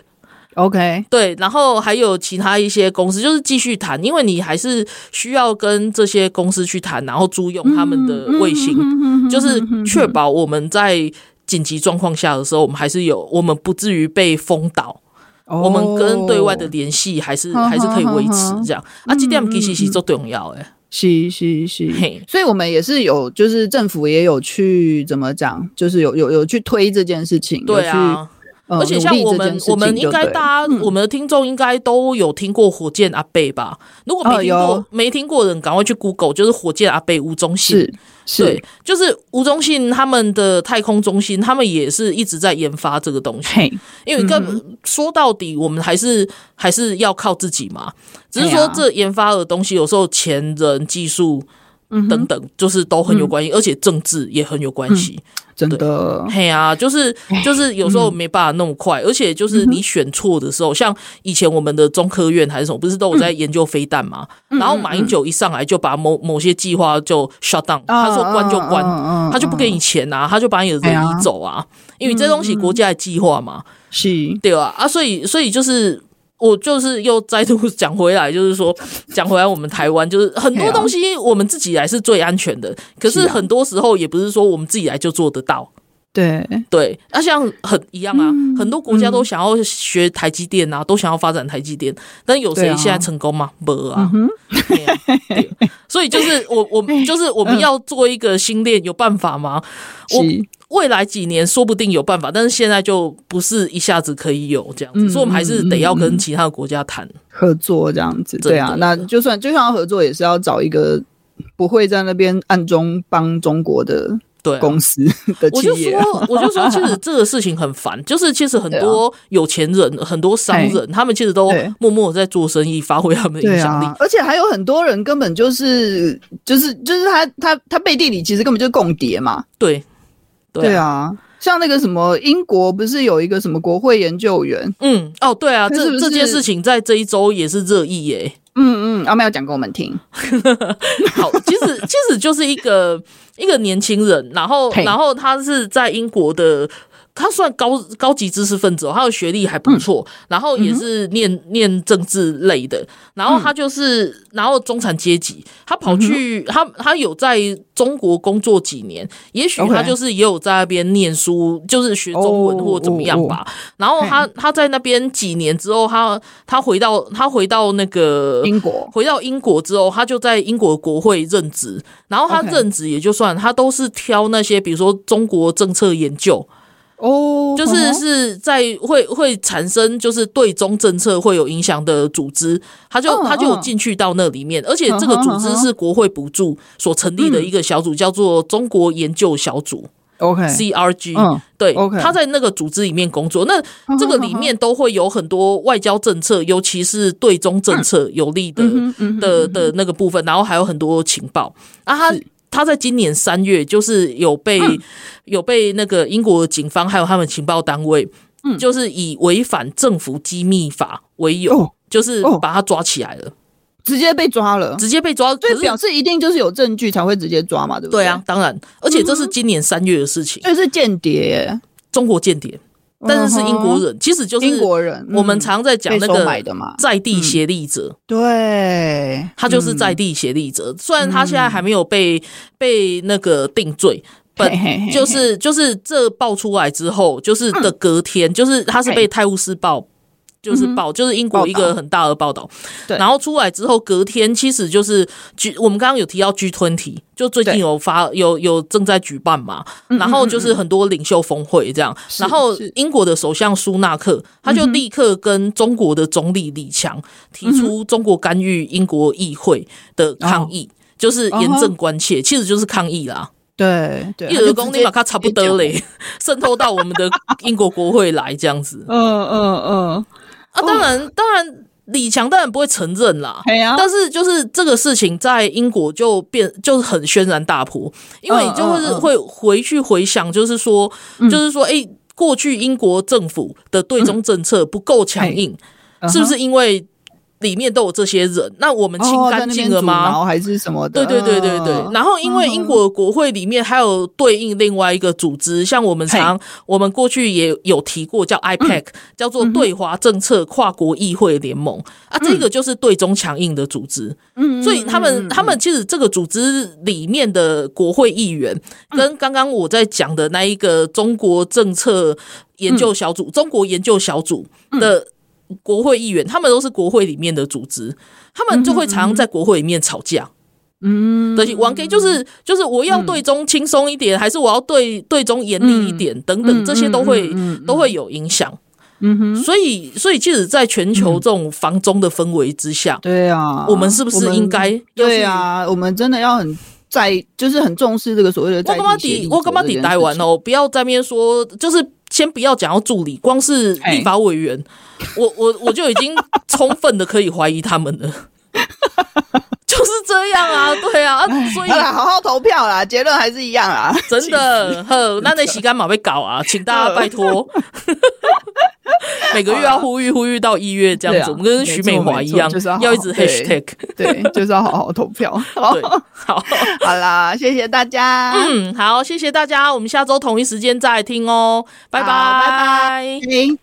Speaker 2: OK，
Speaker 1: 对，然后还有其他一些公司，就是继续谈，因为你还是需要跟这些公司去谈，然后租用他们
Speaker 2: 嗯
Speaker 1: 的卫星，就是确保我们在紧急状况下的时候，我们还是有，我们不至于被封岛。
Speaker 2: 哦
Speaker 1: 我们跟对外的联系还是、还是可以维持这样
Speaker 2: 嗯
Speaker 1: 啊，这点其实是最重要诶。
Speaker 2: 是是是
Speaker 1: 嘿，
Speaker 2: 所以我们也是有，就是政府也有去怎么讲，就是有有有去推这件事情，
Speaker 1: 对啊，
Speaker 2: 有去，呃
Speaker 1: 而且像
Speaker 2: 努力
Speaker 1: 我
Speaker 2: 这件
Speaker 1: 们
Speaker 2: 事，情
Speaker 1: 我们应该
Speaker 2: 就对嗯
Speaker 1: 大家，我们的听众应该都有听过火箭阿贝吧？如果
Speaker 2: 哦
Speaker 1: 没听
Speaker 2: 有
Speaker 1: 过，没听过的人赶快去 Google，就是火箭阿贝吴宗信
Speaker 2: 是。是
Speaker 1: 对，就是吴宗信他们的太空中心，他们也是一直在研发这个东西。
Speaker 2: 嘿，嗯
Speaker 1: 因为根本说到底，我们还是还是要靠自己嘛。只是
Speaker 2: 对
Speaker 1: 说
Speaker 2: 啊
Speaker 1: 这研发的东西，有时候钱、人、技术
Speaker 2: 嗯
Speaker 1: 等等，就是都很有关系，而且政治也很有关
Speaker 2: 嗯
Speaker 1: 系。
Speaker 2: 真的
Speaker 1: 嘿啊，就是就是有时候没办法那么快，而且
Speaker 2: 嗯
Speaker 1: 就是你选错的时候，像以前我们的中科院还是什么，不是都
Speaker 2: 嗯
Speaker 1: 有在研究飞弹嘛？然后马英九一上来就把某某些计划就 shut down，、
Speaker 2: 啊
Speaker 1: 他说关就关，
Speaker 2: 嗯嗯嗯
Speaker 1: 他就不给你钱啊，他就把你的
Speaker 2: 哎
Speaker 1: 人
Speaker 2: 呀
Speaker 1: 移走啊，因为这东西国家的计划嘛，
Speaker 2: 是
Speaker 1: 对吧、啊？所以所以就是。我就是又再度 讲回来，就是说，讲回来，我们台湾就是很
Speaker 2: 哎
Speaker 1: 多
Speaker 2: 呀
Speaker 1: 东西我们自己来是最安全的，可
Speaker 2: 是
Speaker 1: 是
Speaker 2: 啊
Speaker 1: 很多时候也不是说我们自己来就做得到。
Speaker 2: 对，
Speaker 1: 对，那、像很一样啊，
Speaker 2: 嗯
Speaker 1: 很多国家都想要学台积电啊，都想要发展台积电，但有
Speaker 2: 对
Speaker 1: 谁
Speaker 2: 啊
Speaker 1: 现在成功吗？没
Speaker 2: 嗯
Speaker 1: 啊，对啊对啊所以就是我 我
Speaker 2: 哎
Speaker 1: 就是我们要做一个新链，有办法吗？
Speaker 2: 嗯是
Speaker 1: 我未来几年说不定有办法，但是现在就不是一下子可以有这
Speaker 2: 嗯
Speaker 1: 样子，所以我们还是得要跟其他的国家谈。
Speaker 2: 合作这样子，
Speaker 1: 真的
Speaker 2: 对啊，那就算就算要合作，也是要找一个不会在那边暗中帮中国的
Speaker 1: 对啊
Speaker 2: 公司的
Speaker 1: 我
Speaker 2: 企
Speaker 1: 就
Speaker 2: 业啊
Speaker 1: 说， 我就说，其实这个事情很烦，就是其实很多有钱人、很多商人，他们其实都
Speaker 2: 啊哎对
Speaker 1: 默默地在做生意，发挥他们的影
Speaker 2: 对
Speaker 1: 响力
Speaker 2: 啊。，而且还有很多人根本就是就是就是他他他背地里其实根本就是共谍嘛，
Speaker 1: 对，
Speaker 2: 对
Speaker 1: 啊，
Speaker 2: 啊，像那个什么英国不是有一个什么国会研究员，
Speaker 1: 嗯，哦，对啊，
Speaker 2: 可
Speaker 1: 这
Speaker 2: 是不是
Speaker 1: 这件事情在这一周也是热议耶。
Speaker 2: 嗯嗯，阿妹要讲给我们听，
Speaker 1: 好，其实其实就是一个一个年轻人，然后
Speaker 2: 嘿
Speaker 1: 然后他是在英国的。他算高高级知识分子、哦，他的学历还不
Speaker 2: 嗯
Speaker 1: 错，然后也是念、念政治类的，然后他
Speaker 2: 嗯
Speaker 1: 就是、然后中产阶级，他跑去、他他有在中国工作几年，也许他
Speaker 2: OK
Speaker 1: 就是也有在那边念书，就是学中文
Speaker 2: 哦
Speaker 1: 或怎么样吧。然后他他在那边几年之后，他他回到他回到那个
Speaker 2: 英国
Speaker 1: 回到英国之后，他就在英国国会任职，然后他
Speaker 2: OK
Speaker 1: 任职也就算他都是挑那些比如说中国政策研究，
Speaker 2: 嗯哦
Speaker 1: 就是是在会会产生就是对中政策会有影响的组织，他就
Speaker 2: 嗯
Speaker 1: 他就有
Speaker 2: 嗯
Speaker 1: 进去到那里面，而且这个
Speaker 2: 嗯哼
Speaker 1: 组织
Speaker 2: 嗯哼嗯
Speaker 1: 是国会补助所成立的一个小组，叫做中国研究小组。
Speaker 2: OK
Speaker 1: CRG，、
Speaker 2: 嗯
Speaker 1: 对
Speaker 2: OK 嗯
Speaker 1: 他在那个组织里面工作，那这个里面都会有很多外交政策，尤其是对中政策有利
Speaker 2: 嗯
Speaker 1: 的、的的那个部分，然后还有很多情报啊，他。他在今年三月，就是有被、
Speaker 2: 嗯
Speaker 1: 有被那个英国警方还有他们情报单位，
Speaker 2: 嗯
Speaker 1: 就是以违反政府机密法为由，
Speaker 2: 哦
Speaker 1: 就是
Speaker 2: 哦
Speaker 1: 把他抓起来了，
Speaker 2: 直接被抓了，
Speaker 1: 直接被抓。
Speaker 2: 所
Speaker 1: 可
Speaker 2: 以表
Speaker 1: 是
Speaker 2: 示一定就是有证据才会直接抓嘛，对不
Speaker 1: 对
Speaker 2: 对嗯
Speaker 1: 啊，，当然，而且这是今年三月的事情，
Speaker 2: 所以是间谍耶，
Speaker 1: 中国间谍，但是是英国人，其实就是
Speaker 2: 嗯英国人嗯
Speaker 1: 我们常在讲那
Speaker 2: 被
Speaker 1: 个
Speaker 2: 收买的嘛嗯
Speaker 1: 在地协力者，
Speaker 2: 对，
Speaker 1: 他就是
Speaker 2: 嗯
Speaker 1: 在地协力者。虽然他现在还没有被被那个定罪。本
Speaker 2: 嘿嘿嘿嘿嗯
Speaker 1: 就是就是这爆出来之后，就是的隔天，就是他是被《
Speaker 2: 嘿嗯
Speaker 1: 泰晤士报》就是报，就是英国一
Speaker 2: 报
Speaker 1: 个
Speaker 2: 道
Speaker 1: 很大的报道。
Speaker 2: 对
Speaker 1: 然后出来之后，隔天其实就是 G，我们刚刚有提到 G 吞体，就最近
Speaker 2: 对嗯
Speaker 1: 有发有有正在举办嘛，然后就是很多领袖峰会这样，然后
Speaker 2: 是嗯
Speaker 1: 英国的首相苏纳克他就立刻跟中国的总理李强提
Speaker 2: 嗯
Speaker 1: 出中国干预英国议会的抗议。
Speaker 2: 哦
Speaker 1: 就是严正关切其实就是抗议啦。
Speaker 2: 对对，啊
Speaker 1: 一
Speaker 2: 他就
Speaker 1: 耳公
Speaker 2: 直
Speaker 1: 你
Speaker 2: 接
Speaker 1: 把它差不多，嘞， 渗透到我们的英国国会来这样 子。
Speaker 2: 嗯嗯嗯，
Speaker 1: 啊，当然，当然，李强当然不会承认啦。
Speaker 2: 哎呀，
Speaker 1: 但是就是这个事情在英国就变就是很轩然大波，因为你就会是
Speaker 2: 嗯嗯嗯
Speaker 1: 会回去回想，就是说，就是说，诶，过去英国政府的对中政策不够强硬，
Speaker 2: 嗯
Speaker 1: 是不是因为里面都有这些人？那我们清
Speaker 2: 哦在
Speaker 1: 干
Speaker 2: 那
Speaker 1: 净
Speaker 2: 边
Speaker 1: 了
Speaker 2: 阻
Speaker 1: 吗？
Speaker 2: 挠还是什么
Speaker 1: 对
Speaker 2: 的？
Speaker 1: 对对对对。
Speaker 2: 嗯
Speaker 1: 然后因为英国的国会里面还有对应另外一个组织，像我们常我们过去也有提过叫 IPAC，、叫做对华政策跨国议会联盟、啊，这个就是对中强硬的组织。嗯，所以他们、他们其实这个组织里面的国会议员，跟刚刚我在讲的那一个中国政策研究小组、中国研究小组的。国会议员，他们都是国会里面的组织，他们就会常常在国会里面吵架。嗯，对，玩 K 就是就是我
Speaker 2: 嗯
Speaker 1: 要对中轻松一点，还是我要对对中严厉一点，等
Speaker 2: 嗯
Speaker 1: 等，这些都会、都会有影响。嗯哼，所以所以，即使在全
Speaker 2: 嗯
Speaker 1: 球这种防中的氛围之下，
Speaker 2: 对啊，
Speaker 1: 我们是不是应该要去
Speaker 2: 对啊，我们真的要很在，就是很重视这个所谓的
Speaker 1: 我
Speaker 2: 在
Speaker 1: 干嘛
Speaker 2: 地协
Speaker 1: 抵
Speaker 2: 力
Speaker 1: 我干嘛
Speaker 2: 者
Speaker 1: 抵
Speaker 2: 这件
Speaker 1: 台
Speaker 2: 事
Speaker 1: 湾
Speaker 2: 情？
Speaker 1: 哦？不要在面说，就是先不要讲要助理，光是立法委员，我我我就已经充分的可以怀疑他们了。 就是这样啊，对啊，啊 所以
Speaker 2: 好啦，好好投票啦，结论还是一样啊啦。
Speaker 1: 真的，呵，那那洗干马被搞啊，请大家拜 托， 每个月要呼吁呼吁到一月这样子，
Speaker 2: 对啊
Speaker 1: 我们跟徐美华一样
Speaker 2: 没错没错就是要，哦
Speaker 1: 要一直
Speaker 2: 对
Speaker 1: hashtag，
Speaker 2: 对，就是要好好投票。好
Speaker 1: 对，好， 嗯
Speaker 2: 好啦，谢谢大家，
Speaker 1: 嗯，好，谢谢大家，我们下周同一时间再来听哦，拜
Speaker 2: 好拜
Speaker 1: 拜。
Speaker 2: 拜。